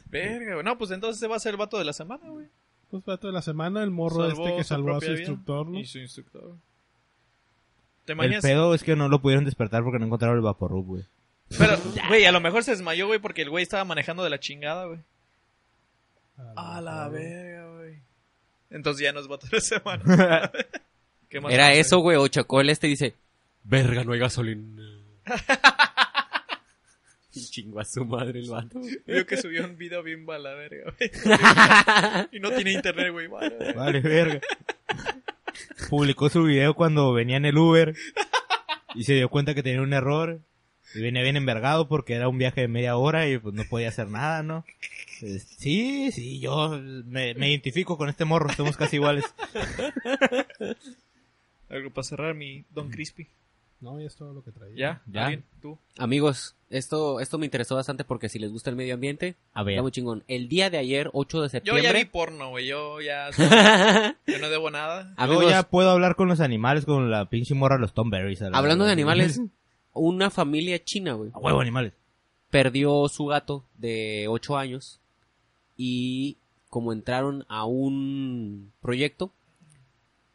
Verga, güey. No, pues entonces se va a ser el vato de la semana, güey. Pues vato de la semana, el morro Salvó este que su salvó a su propia vida instructor, ¿no? Y su instructor. ¿Te El imaginas? pedo es que no lo pudieron despertar porque no encontraron el Vaporub, güey. Pero, güey, a lo mejor se desmayó, güey, porque el güey estaba manejando de la chingada, güey. A la verga, güey. Entonces ya no es vato de la semana. ¿Qué más Era vamos a eso, güey. O chocó el este y dice, verga, no hay gasolina. <laughs> Y Chingó a su madre el vato. Vio que subió un video bien bala, verga, güey. y no tiene internet, güey. vale, verga. Vale, verga. Publicó su video cuando venía en el Uber y se dio cuenta que tenía un error. Y venía bien envergado porque era un viaje de media hora y pues no podía hacer nada, ¿no? Eh, Sí, sí, yo me, me identifico con este morro, somos casi iguales. Algo para cerrar mi Don Crispy. No, ya es todo lo que traía. ¿Ya? Ya. ¿Alguien? ¿Tú? Amigos, esto, esto me interesó bastante porque si les gusta el medio ambiente, A está muy chingón. El día de ayer, 8 de Yo ya vi septiembre. porno, güey. Yo ya... Yo no debo nada. Yo Amigos, ya puedo hablar con los animales, con la pinche morra de los Tom Berries. hablando de <laughs> animales, una familia china, güey, A huevo, animales. perdió su gato de 8 años y como entraron a un proyecto,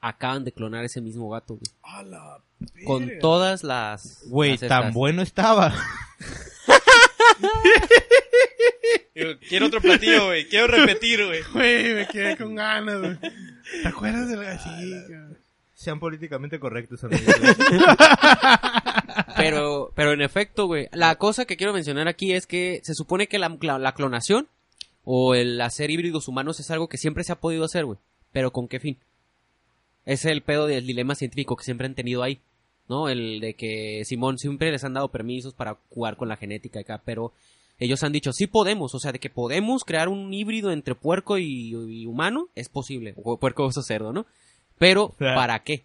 acaban de clonar ese mismo gato, güey. A la Con verga. todas las... Güey, las tan estas. bueno estaba. <laughs> Digo, Quiero otro platillo, güey. Quiero <laughs> repetir, güey. Güey, me quedé con ganas, güey. ¿Te acuerdas de Ah, la chica? Sean políticamente correctos, <laughs> amigos. Pero, pero en efecto, güey. La cosa que quiero mencionar aquí es que se supone que la, la- la clonación o el hacer híbridos humanos es algo que siempre se ha podido hacer, güey. Pero ¿con qué fin? Es el pedo del dilema científico que siempre han tenido ahí. ¿No? El de que Simón siempre les han dado permisos para jugar con la genética acá, pero ellos han dicho, sí podemos, o sea, de que podemos crear un híbrido entre puerco y, y humano, es posible. O puerco, oso, cerdo, ¿no? Pero, Claro. ¿para qué?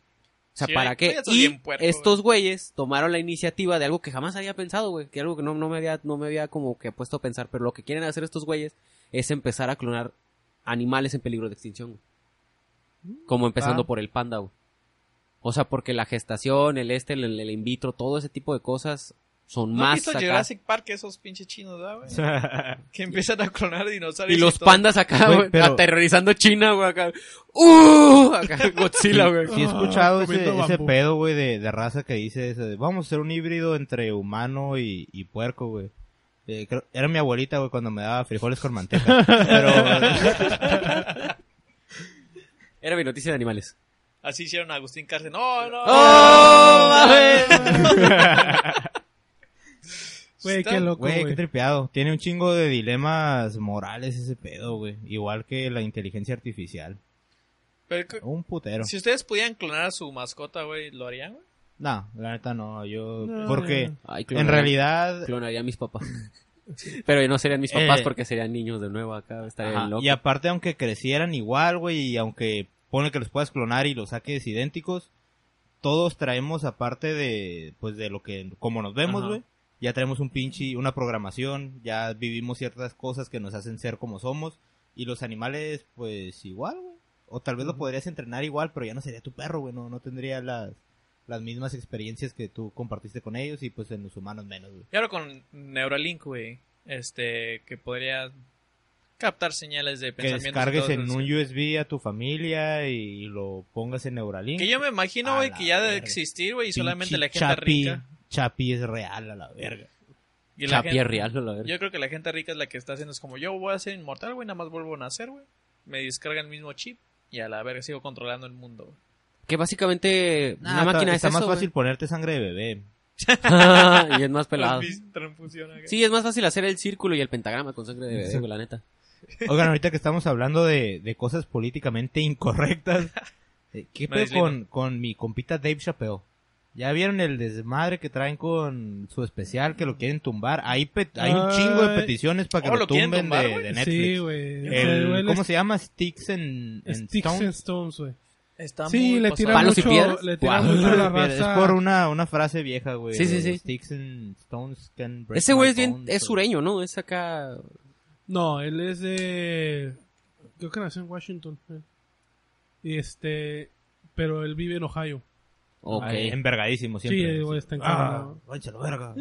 O sea, Sí, ¿para ahí- qué? ahí estás Y bien puerco, estos güeyes tomaron la iniciativa de algo que jamás había pensado, güey. Que algo que no, no me había, no me había como que puesto a pensar. Pero lo que quieren hacer estos güeyes es empezar a clonar animales en peligro de extinción. güey. Mm, Como empezando ah. por el panda, güey. O sea, porque la gestación, el este, el, el in vitro, todo ese tipo de cosas son ¿No has más visto acá. Jurassic Park esos pinches chinos, ¿verdad, güey? Que empiezan a clonar dinosaurios. Y los todo. pandas acá, Güey, güey, pero- aterrorizando China, güey, acá. ¡Uh! <laughs> Acá, Godzilla, güey. Sí he escuchado Ah, ese, comiendo ese bambú. pedo, güey, de, de raza que dice ese de, vamos a hacer un híbrido entre humano y, y puerco, güey. Eh, creo- era mi abuelita, güey, cuando me daba frijoles <laughs> con manteca. Pero, Era mi noticia de animales. Así hicieron a Agustín Cárcel. No, no. <laughs> ¡Oh! mames! <laughs> Güey, Está- qué loco, güey, qué güey. tripeado. Tiene un chingo de dilemas morales ese pedo, güey. Igual que la inteligencia artificial. Pero que- Un putero. si ustedes pudieran clonar a su mascota, güey, ¿lo harían, güey? No, la neta no, yo... No, porque, Ay, en clonaría- realidad... Clonaría a mis <laughs> papás. Pero no serían mis papás Eh. porque serían niños de nuevo acá. Estarían Ajá, locos. Y aparte, aunque crecieran igual, güey, y aunque pone que los puedas clonar y los saques idénticos, todos traemos aparte de, pues, de lo que, como nos vemos, Ajá. güey, ya traemos un pinche, una programación, ya vivimos ciertas cosas que nos hacen ser como somos, y los animales, pues, igual, güey. O tal vez lo podrías entrenar igual, pero ya no sería tu perro, güey, no, no tendría las, las mismas experiencias que tú compartiste con ellos y pues en los humanos menos, güey. Y ahora con Neuralink, güey. Este, que podría captar señales de Que pensamientos. y descargues todo en eso. un USB a tu familia y lo pongas en Neuralink. Que yo me imagino, A güey, la que ya debe verga. existir, güey, y Pinche solamente la gente Chapi, rica. Chapi es real a la verga. Y la Chapi es gente, real, la verga. yo creo que la gente rica es la que está haciendo es como yo voy a ser inmortal, güey, nada más vuelvo a nacer, güey. Me descarga el mismo chip y a la verga sigo controlando el mundo, güey. Que básicamente una máquina está, es más eso, fácil ponerte sangre de bebé. güey. <laughs> y <laughs> es más pelado. Transfis- transfusión acá. Sí, es más fácil hacer el círculo y el pentagrama con sangre de bebé, güey, la neta. Oigan, ahorita que estamos hablando de, de cosas políticamente <laughs> incorrectas, eh, ¿qué Me pedo deslino. con, con mi compita Dave Chappelle? ¿Ya vieron el desmadre que traen con su especial que lo quieren tumbar? Hay, pe- hay un chingo de Ay. peticiones para que Oh, lo, ¿lo quieren tumben de- tumbar, de, güey? Sí, Netflix. güey. El- El- ¿Cómo se llama? Sticks and, and Sticks and Stones. Stones, güey. Está Sí, muy le pasado. tiran ¿Palos y mucho, piedras? le tiran Guau. mucho a la Es raza. por una, una frase vieja, güey. Sí, sí, de sí. Sticks and Stones can break Ese güey my es bien, bones", es o- sureño, ¿no? Es acá... No, él es de... Creo que nació en Washington. eh. Y este... Pero él vive en Ohio. Ok. Ay, envergadísimo Sí, siempre. güey, está ah, encarnado. váyanse a la verga.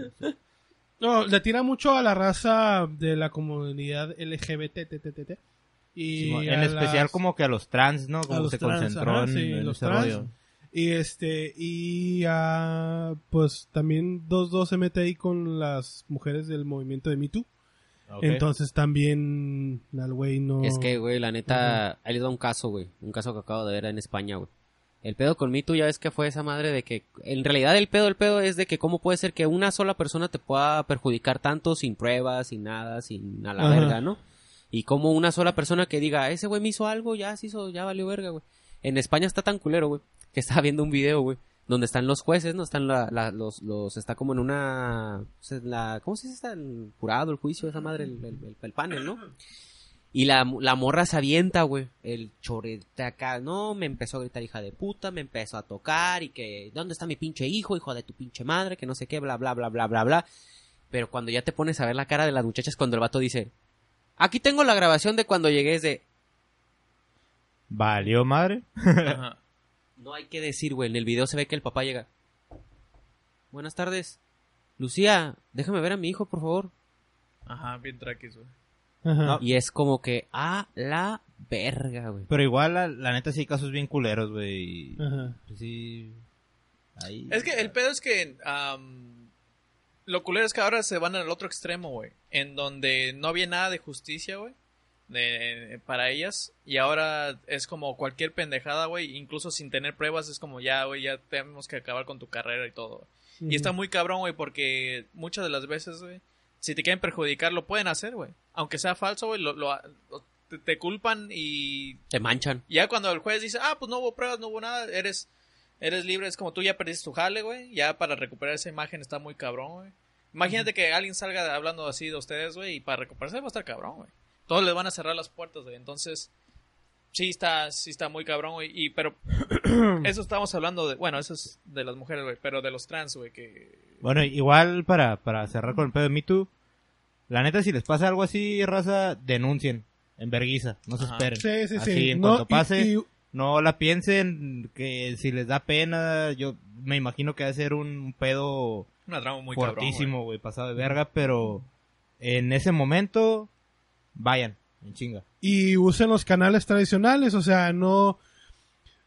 No, le tira mucho a la raza de la comunidad LGBT. TTTT, y Simón, a en las- especial como que a los trans, ¿no? Como los se trans, concentró ajá, en, sí, en los ese trans. rollo. Y este, y ah, pues también 2-2 se mete ahí con las mujeres del movimiento de Me Too. Entonces también al güey no... Es que, güey, la neta, ahí les da un caso, güey. Un caso que acabo de ver en España, güey. El pedo con Me Too ya ves que fue esa madre de que, en realidad el pedo, el pedo es de que cómo puede ser que una sola persona te pueda perjudicar tanto sin pruebas, sin nada, sin a la Ajá. verga, ¿no? Y como una sola persona que diga, ese güey me hizo algo, ya se hizo, ya valió verga, güey. En España está tan culero, güey, que estaba viendo un video, güey, donde están los jueces, ¿no? Están la, la- los, los, está como en una, se- la, ¿cómo se dice? esta? El jurado, el juicio, esa madre, el, el- el- el panel, ¿no? Y la, la morra se avienta, güey. El chorete acá, no, me empezó a gritar hija de puta, me empezó a tocar y que, ¿dónde está mi pinche hijo, hijo de tu pinche madre? Que no sé qué, bla, bla, bla, bla, bla, bla. Pero cuando ya te pones a ver la cara de las muchachas cuando el vato dice, aquí tengo la grabación de cuando llegué es de... Valió madre. Ajá. No hay que decir, güey, en el video se ve que el papá llega. Buenas tardes. Lucía, déjame ver a mi hijo, por favor. Ajá, bien traquis, güey. Ajá. No, Y es como que a la verga, güey. Pero igual, la, la neta, sí hay casos bien culeros, güey. y, Ajá. pues, Sí. Ahí. Es que el pedo es que. am, lo culero es que ahora se van al otro extremo, güey. En donde no había nada de justicia, güey. de- para ellas. Y ahora es como cualquier pendejada, güey. Incluso sin tener pruebas, es como ya, güey, ya tenemos que acabar con tu carrera y todo. Y está muy cabrón, güey, porque muchas de las veces, güey, si te quieren perjudicar, lo pueden hacer, güey. Aunque sea falso, güey, lo, lo- lo- te- te culpan y Te manchan. ya cuando el juez dice, ah, pues no hubo pruebas, no hubo nada, eres, eres libre, es como tú ya perdiste tu jale, güey. Ya para recuperar esa imagen está muy cabrón, güey. Imagínate que alguien salga hablando así de ustedes, güey, y para recuperarse va a estar cabrón, güey. Todos les van a cerrar las puertas, güey. Entonces, sí está, sí está muy cabrón, güey. <clears throat> Y, pero, eso estamos hablando de, bueno, eso es de las mujeres, güey, pero de los trans, güey, que... Bueno, igual, para, para cerrar con el pedo de Me Too, la neta, si les pasa algo así, raza, denuncien. En verguiza. No se Ajá. esperen. Sí, sí, sí. Así, en No, cuanto y- pase. y- No la piensen, que si les da pena, yo me imagino que va a ser un pedo Una trama muy fuertísimo, güey, pasado de verga, pero en ese momento, vayan, en chinga. y usen los canales tradicionales, o sea, no...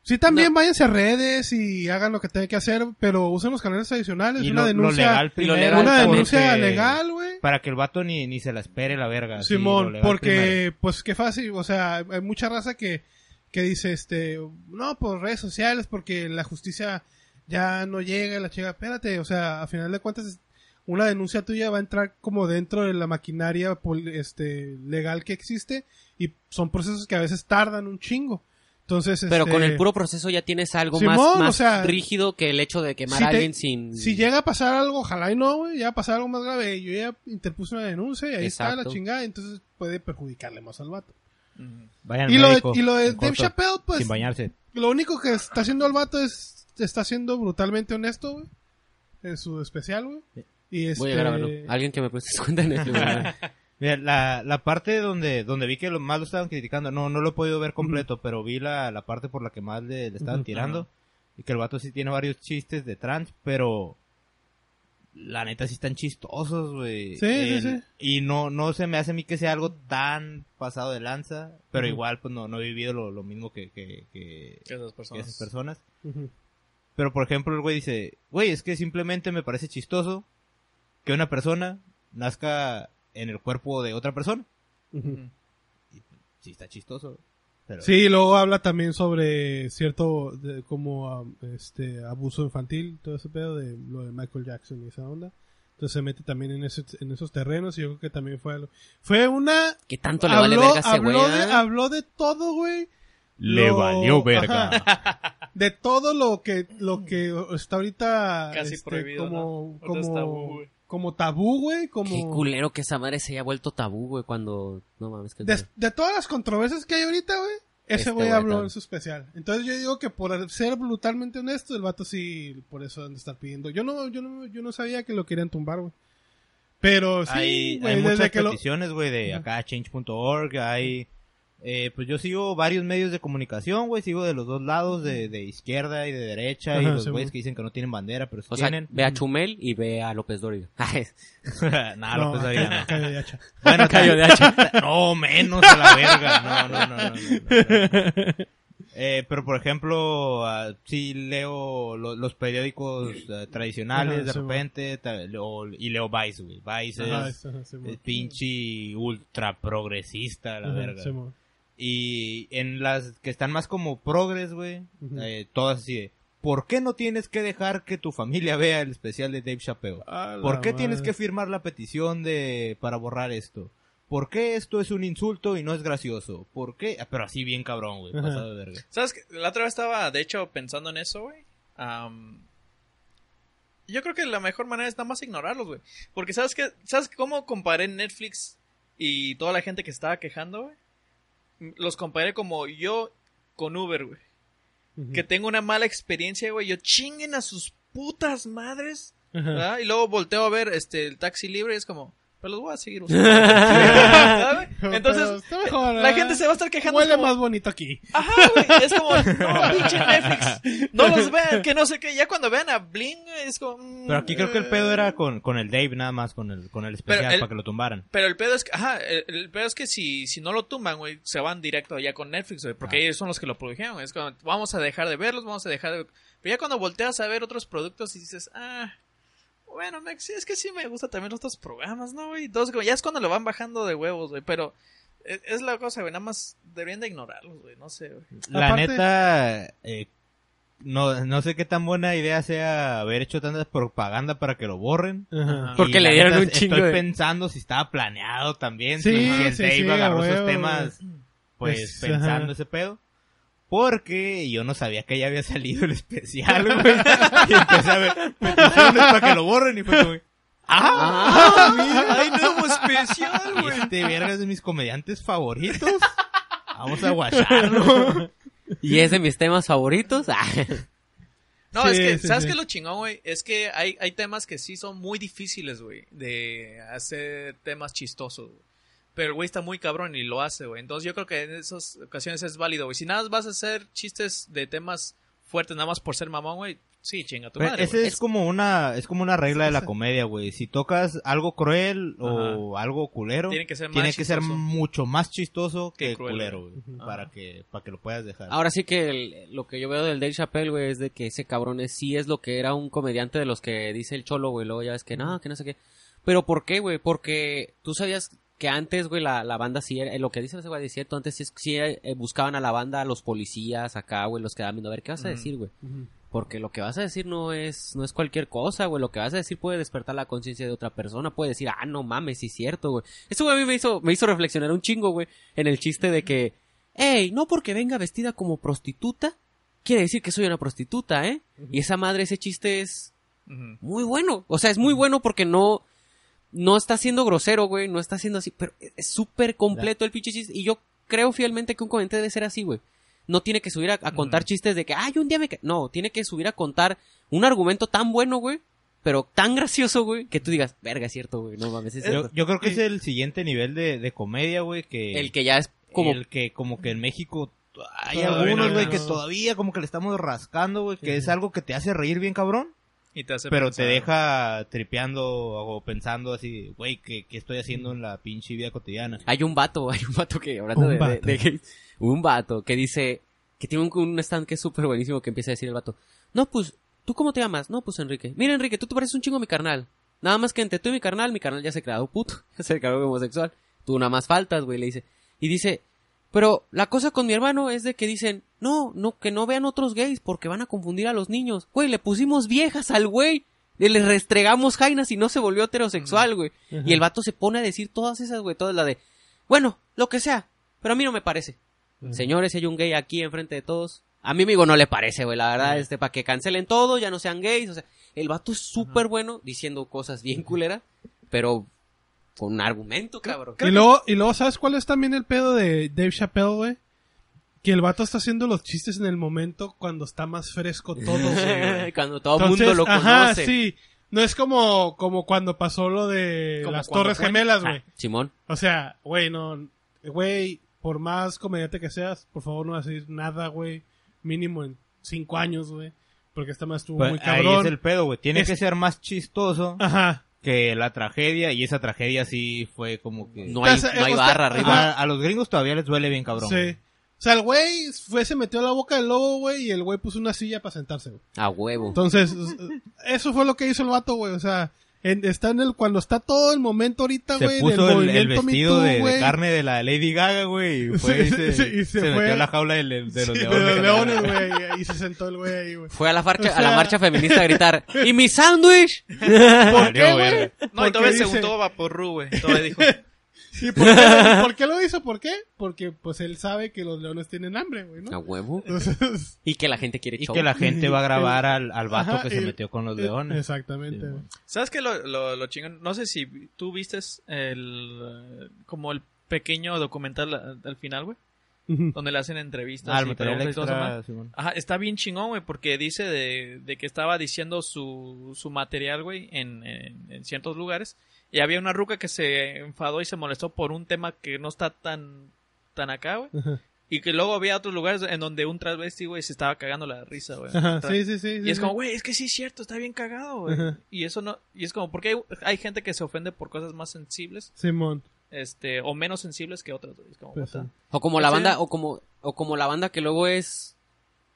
Sí, también váyanse a redes y hagan lo que tengan que hacer, pero usen los canales tradicionales, Y lo, una lo denuncia, legal y lo primero, legal una también. denuncia porque- legal, güey. Para que el vato ni, ni se la espere la verga. sí, lo Simón, legal porque primero. pues qué fácil, o sea, hay mucha raza que, que dice, este, no, por redes sociales, porque la justicia ya no llega, la chica, espérate, o sea, a final de cuentas, una denuncia tuya va a entrar como dentro de la maquinaria pol- este, legal que existe y son procesos que a veces tardan un chingo. Entonces, Pero este, con el puro proceso ya tienes algo Simón, más, o más sea, rígido que el hecho de quemar si a te- alguien sin... Si llega a pasar algo, ojalá y no, güey, ya pasar algo más grave, yo ya interpuse una denuncia y ahí está Exacto. la chingada, entonces puede perjudicarle más al vato. cabrón, güey. Ujú. Vayan al Y lo, de, médico, y lo de en Dave corto, Chappelle, pues, Sin bañarse. lo único que está haciendo el vato es, está siendo brutalmente honesto, güey, en su especial, güey. Y este... Voy a grabarlo. Alguien que me prestes cuenta en este <laughs> güey. Mira, la, la parte donde, donde vi que lo, más lo estaban criticando, no, no lo he podido ver completo, pero vi la, la parte por la que más le, le estaban Ujú. tirando. Y que el vato sí tiene varios chistes de trans, pero la neta sí están chistosos, güey. Sí, sí, sí. Y no, no se me hace a mí que sea algo tan pasado de lanza, pero Ujú. igual pues no, no he vivido lo, lo mismo que, que, que- Esas que personas. esas personas. Ujú. Pero por ejemplo el güey dice, güey, es que simplemente me parece chistoso que una persona nazca en el cuerpo de otra persona. Ujú. Sí está chistoso. Pero... <laughs> Sí, y luego habla también sobre cierto de- como am, este abuso infantil, todo ese pedo de lo de Michael Jackson y esa onda. Entonces se mete también en, ese- en esos terrenos y yo creo que también fue algo. Fue una... ¿Qué tanto le vale verga a ese güey? habló, de, ah? habló de todo, güey. Le Lo- valió verga. De todo lo que lo que está ahorita Casi este, prohibido, como ¿no? Ahorita es como tabú, güey. como tabú, güey, como Qué culero que esa madre se haya vuelto tabú, güey, cuando... No mames, que... de, de todas las controversias que hay ahorita, güey, ese Este güey güey habló también. en su especial. Entonces yo digo que por ser brutalmente honesto, el vato sí, por eso han de estar pidiendo. Yo no, yo no, yo no sabía que lo querían tumbar, güey. Pero sí, hay, güey, hay muchas desde que lo... peticiones, güey, de Ujú. acá change.org, hay... eh, pues yo sigo varios medios de comunicación, güey, sigo de los dos lados, de, de izquierda y de derecha, y Ajá, los sí, güeyes güey. que dicen que no tienen bandera, pero sí O sea, tienen. ve a Chumel y ve a López Dóriga. <laughs> <laughs> Nah, López Dóriga no. acá- acá de hacha. Bueno, Cayó de hacha. No, menos a la verga. No, no, no, no. no, no, no. Eh, pero por ejemplo, ah, sí leo lo- los periódicos ah, tradicionales Ajá, de sí, güey. repente ta- o- y leo Vice, güey. Vice Ajá, es ajá, sí, mo. el pinche ultra progresista, la Ajá, verga. sí, mo. Y en las que están más como progres, güey, Ujú. eh, todas así de, ¿por qué no tienes que dejar que tu familia vea el especial de Dave Chappelle? A la ¿Por qué tienes madre. que firmar la petición de para borrar esto? ¿Por qué esto es un insulto y no es gracioso? ¿Por qué? Ah, Pero así bien cabrón, güey, Ajá. pasado de verga. ¿Sabes? qué? La otra vez estaba, de hecho, pensando en eso, güey. Am, yo creo que la mejor manera es nada más ignorarlos, güey. Porque ¿sabes qué? ¿Sabes cómo comparé Netflix y toda la gente que estaba quejando, güey? M- Los comparé como yo con Uber, güey. Ujú. Que tengo una mala experiencia, güey. Yo chinguen a sus putas madres. <laughs> Ajá. ¿verdad? Y luego volteo a ver este, el taxi libre y es como, pero los voy a <laughs> seguir usando. <laughs> ¿Sabes? Pero Entonces, está mejor, la ¿verdad? gente se va a estar quejando. Huele es como, más bonito aquí. Ajá, güey. Es como, no, pinche Netflix. No los vean, que no sé qué. Ya cuando vean a Bling, güey, es como. mm, eh, Pero aquí creo que el pedo era con, con el Dave nada más, con el, con el especial el- para que lo tumbaran. Pero el pedo es que, ajá, el, el pedo es que si, si no lo tumban, güey, se van directo ya con Netflix, güey, porque Ah. ellos son los que lo produjeron. güey. Es como, vamos a dejar de verlos, vamos a dejar de. Pero ya cuando volteas a ver otros productos y dices, ah, bueno, Max, sí, es que sí me gustan también los otros programas, ¿no, güey? Entonces, como, ya es cuando lo van bajando de huevos, güey, pero es, es la cosa, güey, nada más deberían de ignorarlos, güey, no sé, güey. La Aparte- neta, eh, no, no sé qué tan buena idea sea haber hecho tanta propaganda para que lo borren. Ajá. Porque Y le la dieron neta, un chingo Estoy de- pensando si estaba planeado también. Sí, si el sí, Dave sí, agarró a esos huevo, temas, pues Pues, pensando ajá. ese pedo. Porque yo no sabía que ya había salido el <laughs> especial, güey. y empecé a ver peticiones para que lo borren y fue como... Ah, <laughs> ¡Ay, nuevo especial, güey! Este verga es de mis comediantes favoritos. Vamos a <laughs> guacharlo. y es de mis temas favoritos. <laughs> Ah. No, Sí, es que, sí, ¿sabes sí. qué es lo chingón, güey? Es que hay, hay temas que sí son muy difíciles, güey, de hacer temas chistosos, güey. Pero el güey está muy cabrón y lo hace, güey. Entonces yo creo que en esas ocasiones es válido, güey. Si nada más vas a hacer chistes de temas fuertes, nada más por ser mamón, güey, sí, chinga tu Pero madre, ese güey. es como una es como una regla de la comedia, güey. Si tocas algo cruel o algo culero, Tiene que ser más tiene que ser chistoso. mucho más chistoso que Qué cruel, culero, güey, Ujú. para que para que lo puedas dejar. Ahora sí que el- lo que yo veo del Dave Chappelle, güey, es de que ese cabrón es, sí es lo que era un comediante de los que dice el cholo, güey. Luego ya ves que no, que no sé qué. Pero ¿por qué, güey? Porque tú sabías que antes, güey, la, la banda sí era, eh, lo que dice ese güey es cierto, antes sí, es- sí, eh, buscaban a la banda, a los policías acá, güey, los quedaban viendo, a ver, ¿qué vas a Ujú. decir, güey? Ujú. Porque lo que vas a decir no es, no es cualquier cosa, güey. Lo que vas a decir puede despertar la conciencia de otra persona. Puede decir, ah, no mames, sí es cierto, güey. Eso, güey, a mí me hizo, me hizo reflexionar un chingo, güey, en el chiste de que, hey, no porque venga vestida como prostituta, quiere decir que soy una prostituta, ¿eh? Y esa madre, ese chiste es Ujú. muy bueno. O sea, es muy bueno porque no, no está siendo grosero, güey. No está siendo así, pero es súper completo el pinche chiste. Y yo creo fielmente que un comediante debe ser así, güey. No tiene que subir a, a contar Mm. chistes de que, ay, un día me... ca-". No, tiene que subir a contar un argumento tan bueno, güey, pero tan gracioso, güey, que tú digas, verga, es cierto, güey, no mames, es Yo, cierto. yo creo que es el siguiente nivel de, de comedia, güey, que El que ya es como... el que como que en México Hay Todavía algunos, no, güey, no. que todavía como que le estamos rascando, güey, que es algo que te hace reír bien cabrón, Y te hace pero pensar. te deja tripeando o pensando así, güey, ¿qué, qué estoy haciendo en la pinche vida cotidiana? Hay un vato, <laughs> hay un vato que, hablando Un de, de- vato. de gays, un vato que dice, que tiene un, un stand que es súper buenísimo, que empieza a decir el vato, no, pues, ¿tú cómo te llamas? No, pues Enrique. Mira, Enrique, tú te pareces un chingo a mi carnal. Nada más que entre tú y mi carnal, mi carnal ya se ha creado puto, <laughs> ya se declaró homosexual. Tú nada más faltas, güey, le dice. Y dice, pero la cosa con mi hermano es de que dicen, no, no, que no vean otros gays porque van a confundir a los niños. Güey, le pusimos viejas al güey. Le le restregamos jainas y no se volvió Mm. heterosexual, güey. Y el vato se pone a decir todas esas, güey, todas la de, bueno, lo que sea, pero a mí no me parece. Señores, si hay un gay aquí enfrente de todos. A mi amigo no le parece, güey, la verdad, este, para que cancelen todo, ya no sean gays, o sea, el vato es súper bueno diciendo cosas bien culeras, pero con un argumento, cabrón. <laughs> Y luego, y luego, ¿sabes cuál es también el pedo de Dave Chappelle, güey? Que el vato está haciendo los chistes en el momento cuando está más fresco todo, güey. Cuando <laughs> todo el Entonces, mundo lo conoce. ajá, sí. No es como, como cuando pasó lo de Como las cuando Torres fue- Gemelas, Ah, güey. Simón. O sea, güey, no. Güey, por más comediante que seas, por favor no vas a decir nada, güey. Mínimo en cinco años, güey. Porque esta más estuvo Pues, muy ahí cabrón. es el pedo, güey. Tiene Es- Ah. que ser más chistoso Ajá. que la tragedia, y esa tragedia sí fue como que... No hay, Estás- no hay o sea, barra arriba. A, a los gringos todavía les duele bien cabrón. Sí. O sea, el güey fue, se metió a la boca del lobo, güey, y el güey puso una silla para sentarse, güey. A huevo. Entonces, <laughs> eso fue lo que hizo el vato, güey. O sea, en- está en el, cuando está todo el momento ahorita, Se Ah, güey, del puso el, el movimiento Me vestido Too, de, de güey. <laughs> carne de la Lady Gaga, güey, y, fue y Sí, se, sí, sí, y se se metió fue. a la jaula del- del- de, los Sí, de leones. los leones, <laughs> güey. Y se sentó el güey ahí, güey. Fue a la, marcha, O a la sea- marcha feminista a gritar, ¡Y mi sándwich! ¿Por Valió qué, güey? verga. No, y todavía Porque se dice- untó Vaporru, <laughs> güey. Todavía dijo, ¿Y por <laughs> qué, por qué lo hizo? ¿Por qué? Porque pues él sabe que los leones tienen hambre, güey, A Ah, ¿no? huevo. Entonces, Y que la gente quiere Y show. que la gente va a grabar al, al vato Ajá, que se y- metió con los leones. Exactamente. Sí, güey. ¿Sabes qué lo, lo, lo chingón? No sé si tú viste el. eh, como el pequeño documental a- al final, güey. Ujú. Donde le hacen entrevistas. Ah, el y material preguntas y todo eso más. extra, Simón. Ajá, está bien chingón, güey, porque dice de, de que estaba diciendo su, su material, güey, en, en, en ciertos lugares. Y había una ruca que se enfadó y se molestó por un tema que no está tan, tan acá, güey. <laughs> Ajá. Y que luego había otros lugares en donde un travesti, güey, se estaba cagando la risa, güey. Ajá, Tra- Sí, sí, sí. Y es como, güey, es que sí es cierto, está bien cagado, güey. Ajá. Y eso no, y es como, porque hay, hay gente que se ofende por cosas más sensibles, Simón. este, o menos sensibles que otras, güey. Es como, Pues, what sí. the- O como la Sí. banda, o como, o como la banda que luego es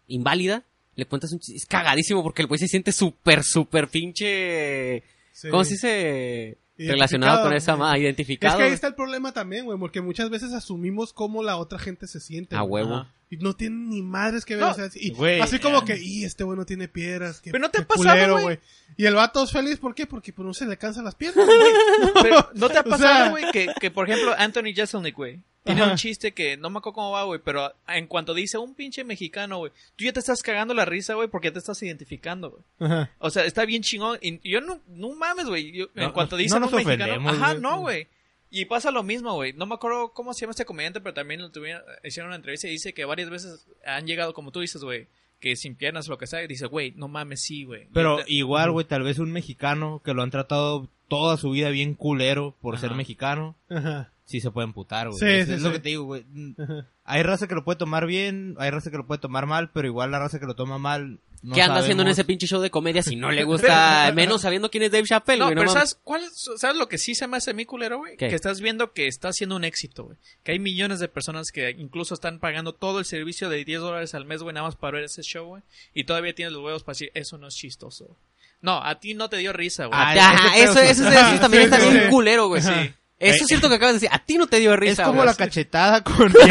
inválida, le cuentas un chiste, es cagadísimo porque el güey se siente súper, súper pinche, Sí. ¿cómo se dice? Identificado, Relacionado con ¿no? esa ma, Es identificado. que ahí está el problema también, güey, porque muchas veces asumimos cómo la otra gente se siente. a güey. huevo. Ajá. Y no tienen ni madres que ver. No, o sea, y- güey, así como eh. que, y este güey no tiene piedras. qué- Pero no te qué ha pasado, culero, güey. Y el vato es feliz, ¿por qué? Porque pues, no se le cansan <laughs> las piernas, güey. <laughs> Pero, ¿no te ha O pasado, sea- güey, que, que, por ejemplo, Anthony Jeselnik, güey, tiene Ajá. un chiste que no me acuerdo cómo va, güey, pero en cuanto dice un pinche mexicano, güey, tú ya te estás cagando la risa, güey, porque ya te estás identificando, güey. Ajá. O sea, está bien chingón. Y yo no, no mames, güey. Yo- En No, cuanto no dicen nos un mexicano. ofendemos, Ajá, güey. no, güey. Y pasa lo mismo, güey. No me acuerdo cómo se llama este comediante, pero también lo tuvieron- hicieron una entrevista y dice que varias veces han llegado, como tú dices, güey, que sin piernas o lo que sea. Y dice, güey, no mames, sí, güey. Pero Yo te- igual, güey, tal vez un mexicano que lo han tratado toda su vida bien culero por ser Ajá. mexicano, Ajá. sí se pueden putar, güey. Sí, es sí, es lo sí. que te digo, güey. Ajá. Hay raza que lo puede tomar bien, hay raza que lo puede tomar mal, pero igual la raza que lo toma mal. No ¿Qué anda sabemos. haciendo en ese pinche show de comedia si no le <laughs> gusta, menos sabiendo quién es Dave Chappelle, No, güey, no pero mames? ¿sabes, cuál, es- ¿sabes lo que sí se me hace mi culero, güey? ¿Qué? Que estás viendo que está siendo un éxito, güey. Que hay millones de personas que incluso están pagando todo el servicio de 10 dólares al mes, güey, nada más para ver ese show, güey. Y todavía tienes los huevos para decir, eso no es chistoso. güey". No, a ti no te dio risa, güey. Ah, Ah, ese pedo eso, sí. eso, eso también Sí, está sí, bien sí. culero, güey. Sí. Eso es cierto que acabas de decir. A ti no te dio Es risa, como güey. la cachetada con <laughs>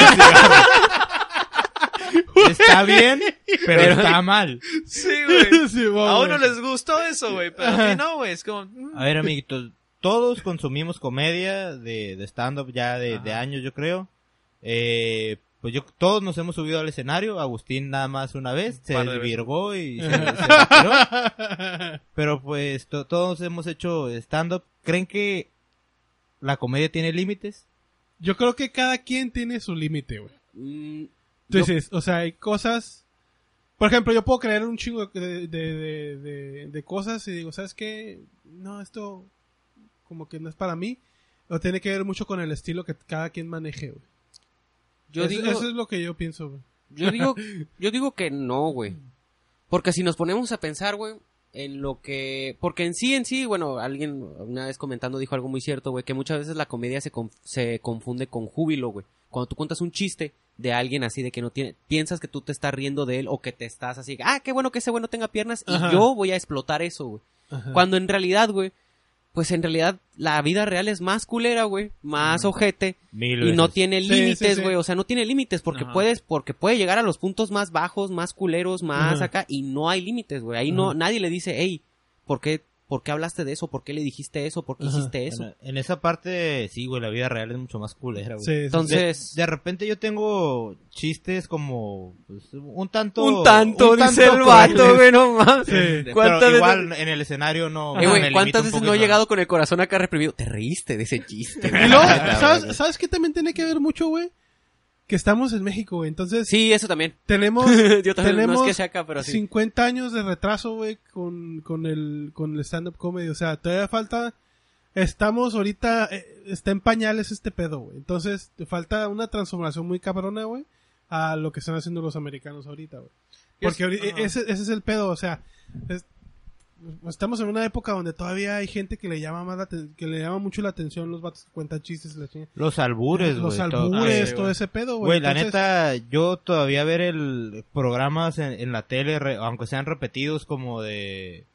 cigarro. Está bien, pero Pero- está mal. <laughs> Sí, <laughs> güey. Sí, vamos, A uno güey. les gustó eso, güey, pero a mí no, güey. Es como... <laughs> mm. A ver, amiguitos, todos consumimos comedia de, de stand-up ya de, de años, yo creo. Eh, pues yo, todos nos hemos subido al escenario. Agustín nada más una vez, se par de veces. desvirgó <laughs> y se, se retiró. Pero pues to- todos hemos hecho stand-up. ¿Creen que la comedia tiene límites? <laughs> Yo creo que cada quien tiene su límite, güey. Mm, Entonces, o sea, hay cosas. Por ejemplo, yo puedo creer un chingo de, de, de, de- de cosas y digo, ¿sabes qué? No, esto como que no es para mí. O tiene que ver mucho con el estilo que cada quien maneje, güey. yo Es- digo, Eso es lo que yo pienso, güey. Yo digo, yo digo que no, güey. Porque si nos ponemos a pensar, güey, en lo que... Porque en sí, en sí, bueno, alguien una vez comentando dijo algo muy cierto, güey, que muchas veces la comedia se, conf- se confunde con júbilo, güey. Cuando tú cuentas un chiste de alguien así, de que no tiene... Piensas que tú te estás riendo de él o que te estás así, ah, qué bueno que ese bueno tenga piernas y Ajá. yo voy a explotar eso, güey. Cuando en realidad, güey, pues en realidad la vida real es más culera, güey, más ojete Mil y no veces. tiene Sí, sí, límites, sí. güey. O sea, no tiene límites porque Ajá. puedes, porque puede llegar a los puntos más bajos, más culeros, más Ajá. acá y no hay límites, güey. Ahí no, nadie le dice, hey, ¿por qué, por qué hablaste de eso? ¿Por qué le dijiste eso? ¿Por qué Ajá. hiciste eso? Bueno, en esa parte, sí, güey, la vida real es mucho más culera, güey. Sí, sí, Entonces- De, de repente yo tengo chistes como pues, un tanto... crueles. no más. Sí. ¿Cuántas Pero veces- igual en el escenario no... Eh, me güey, limito ¿cuántas un veces poquito no he más. llegado con el corazón acá reprimido? Te reíste de ese chiste. <laughs> güey. <laughs> <laughs> Y luego, Neta, ¿sabes, güey. ¿sabes qué también tiene que ver mucho, güey? Que estamos en México, güey. Entonces, Sí, eso también. <laughs> tenemos, Yo también, Pues, tenemos no es que sea acá, pero sí. 50 años de retraso, güey, con, con el, con el stand-up comedy. O sea, todavía falta... Estamos ahorita... eh, está en pañales este pedo, güey. Entonces, te falta una transformación muy cabrona, güey, a lo que están haciendo los americanos ahorita, güey. Porque ahori- ajá. ese, ese es el pedo, o sea... es- estamos en una época donde todavía hay gente que le llama más la aten- que le llama mucho la atención los vatos que cuentan chistes y la chingada. Los albures, güey. Los todo. albures, Ah, sí, todo güey. ese pedo, güey. Güey, la Entonces, neta, yo todavía ver el programas en, en la tele, re- aunque sean repetidos como de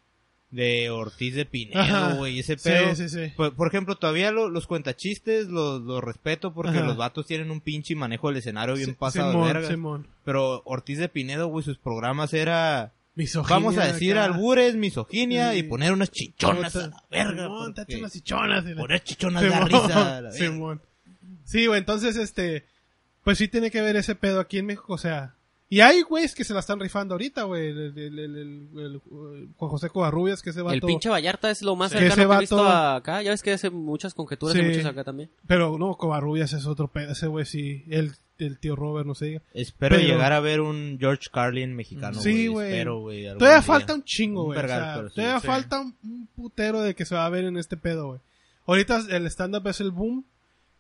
de Ortiz de Ajá. Pinedo, güey, ese pedo. Sí, sí, sí. Por, por ejemplo, todavía lo- los cuentachistes los, los respeto porque Ajá. los vatos tienen un pinche manejo del escenario bien Sí, pasado de Simón, verga. Simón. Pero Ortiz de Pinedo, güey, sus programas era, Misoginia vamos a decir, acá. albures, misoginia y Sí. poner unas chichonas a la verga. Simón, porque- tate unas chichonas. y la- Poner chichonas de <laughs> Simón, <laughs> risa. a la verga. Simón. Sí, güey, entonces, este, pues sí tiene que ver ese pedo aquí en México, o sea, y hay güeyes que se la están rifando ahorita, güey, el, el, el, el, el- el Juan José Covarrubias, que se va El pinche Vallarta es lo más Sí. cercano Ese que he visto vato- a acá. Ya ves que hace muchas conjeturas y Sí. muchos acá también. Pero no, Covarrubias es otro pedo, ese güey sí, el, el tío Robert, no se diga. Espero Pero- llegar a ver un George Carlin mexicano. Sí, güey. Espero, güey. algún Todavía día. falta un chingo, Un güey. o vergal, sea, pero sí, todavía sí. falta un, un putero de que se va a ver en este pedo, güey. Ahorita el stand-up es el boom,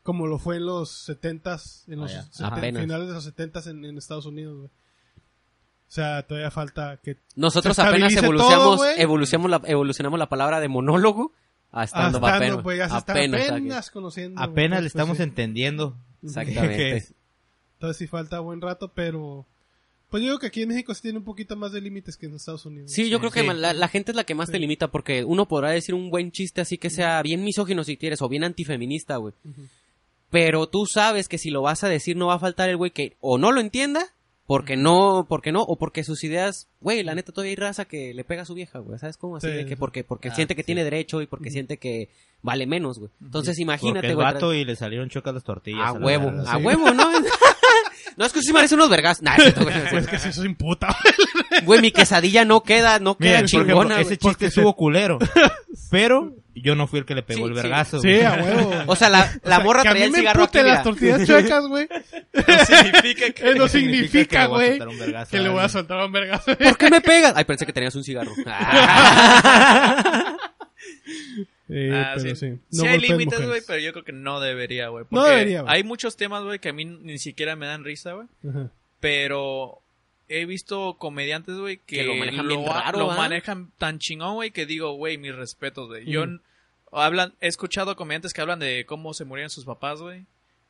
como lo fue en los 70s, en los Vaya, 70s, Ah, apenas. finales de los 70s en, en Estados Unidos, güey. O sea, todavía falta que... Nosotros Se apenas estabilice todo, evolucionamos, güey. evolucionamos, la, evolucionamos la palabra de monólogo a Ah, stand-up stand-up, apenas. güey, ya se está Apenas, apenas, o sea conociendo. güey. Apenas le Entonces, estamos sí. entendiendo. que- <laughs> Exactamente. Entonces sí falta buen rato, pero... Pues yo digo que aquí en México se tiene un poquito más de límites que en Estados Unidos. Sí, yo creo que Sí. la, la gente es la que más te Sí. limita porque uno podrá decir un buen chiste así que sea bien misógino si quieres o bien antifeminista, güey. Ujú. Pero tú sabes que si lo vas a decir no va a faltar el güey que o no lo entienda porque no, porque no, o porque sus ideas, güey, la neta todavía hay raza que le pega a su vieja, güey, ¿sabes cómo? Así Sí, de sí. que porque, porque Ah, siente que sí. tiene derecho y porque siente que vale menos, güey. Entonces Porque imagínate, el güey. vato y le salieron chocas las tortillas. A la huevo, verga. a sí. huevo, ¿no? <laughs> no, es que sí parecen unos vergas. Nah, es cierto, güey. Pues <laughs> que si <laughs> eso imputa. Güey, mi quesadilla no queda, no Mira, queda por ejemplo, chingona, ese güey. chiste estuvo <laughs> culero. pero yo no fui el que le pegó Sí, el sí. vergazo. sí, güey. <laughs> a huevo. güey. O sea, la, la <laughs> O sea, morra que a mí traía el me cigarro aquí, emputen mira. las tortillas chuecas, güey. No significa que... Eh, no Eso significa, que voy a güey, soltar un vergazo que a le voy a alguien. soltar un <laughs> vergazo. ¿Por qué me pegas? Ay, pensé que tenías un <laughs> cigarro. Ah, sí. Sí hay límites, güey, pero yo creo que no debería, güey. porque debería, güey. Hay muchos temas, güey, que a mí ni siquiera me dan risa, güey. Pero he visto comediantes, güey, que, Que lo manejan bien ha- raro, lo ¿ah? manejan tan chingón, güey, que digo, güey, mis respetos, güey. Yo Ujú. Mm. n- hablan, he escuchado comediantes que hablan de cómo se murieron sus papás, güey.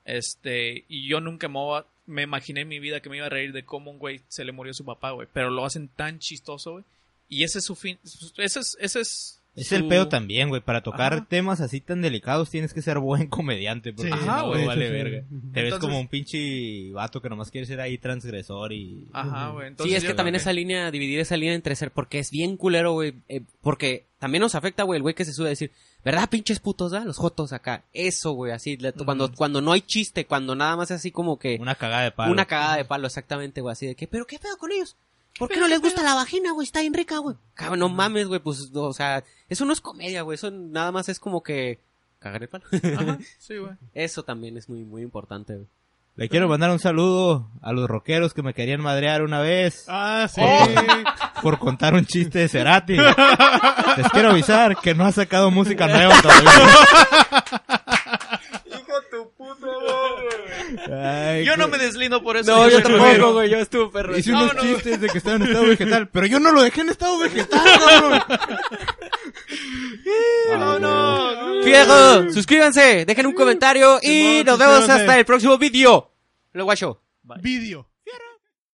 Este, y yo nunca me, voy a- me imaginé en mi vida que me iba a reír de cómo un güey se le murió su papá, güey. Pero lo hacen tan chistoso, güey. Y ese es su fin. su- Ese es. Ese es, Es su- el pedo también, güey. Para tocar Ajá. temas así tan delicados tienes que ser buen comediante. Porque Sí, si ajá, no, güey, vale sí, sí. verga. Ujú. Te ves Entonces- como un pinche vato que nomás quiere ser ahí transgresor y... Ah. Ajá, güey. sí, es que también es esa línea, dividir esa línea entre ser, porque es bien culero, güey. eh, porque también nos afecta, güey, el güey que se sube a decir, ¿verdad, pinches putos, da? Los jotos acá. Eso, güey, así. le- Cuando, cuando no hay chiste, cuando nada más es así como que Una cagada de palo. una cagada de palo, exactamente, güey, así de que, ¿pero qué pedo con ellos? ¿Por qué no les gusta la vagina, güey? Está bien rica, güey. Cabrón, no mames, güey, pues, o sea, eso no es comedia, güey. Eso nada más es como que cagar el palo. <laughs> Ajá, sí, güey. Eso también es muy, muy importante, güey. Le quiero mandar un saludo a los rockeros que me querían madrear una vez Ah, sí. por contar un chiste de Cerati. <laughs> Les quiero avisar que no ha sacado música nueva todavía. Hijo tu puta madre, güey. Ay, Yo no güey. me deslindo por eso. No, yo tampoco, tampoco, güey. Yo estuve perro. Ah, Hice unos Vámonos. chistes de que estaba en estado vegetal, pero yo no lo dejé en estado vegetal, cabrón. Ah, No, Oh. <laughs> no. Fierro, suscríbanse, dejen un comentario y Simón, nos vemos suscríbanse. hasta el próximo vídeo. Lo guacho. Video.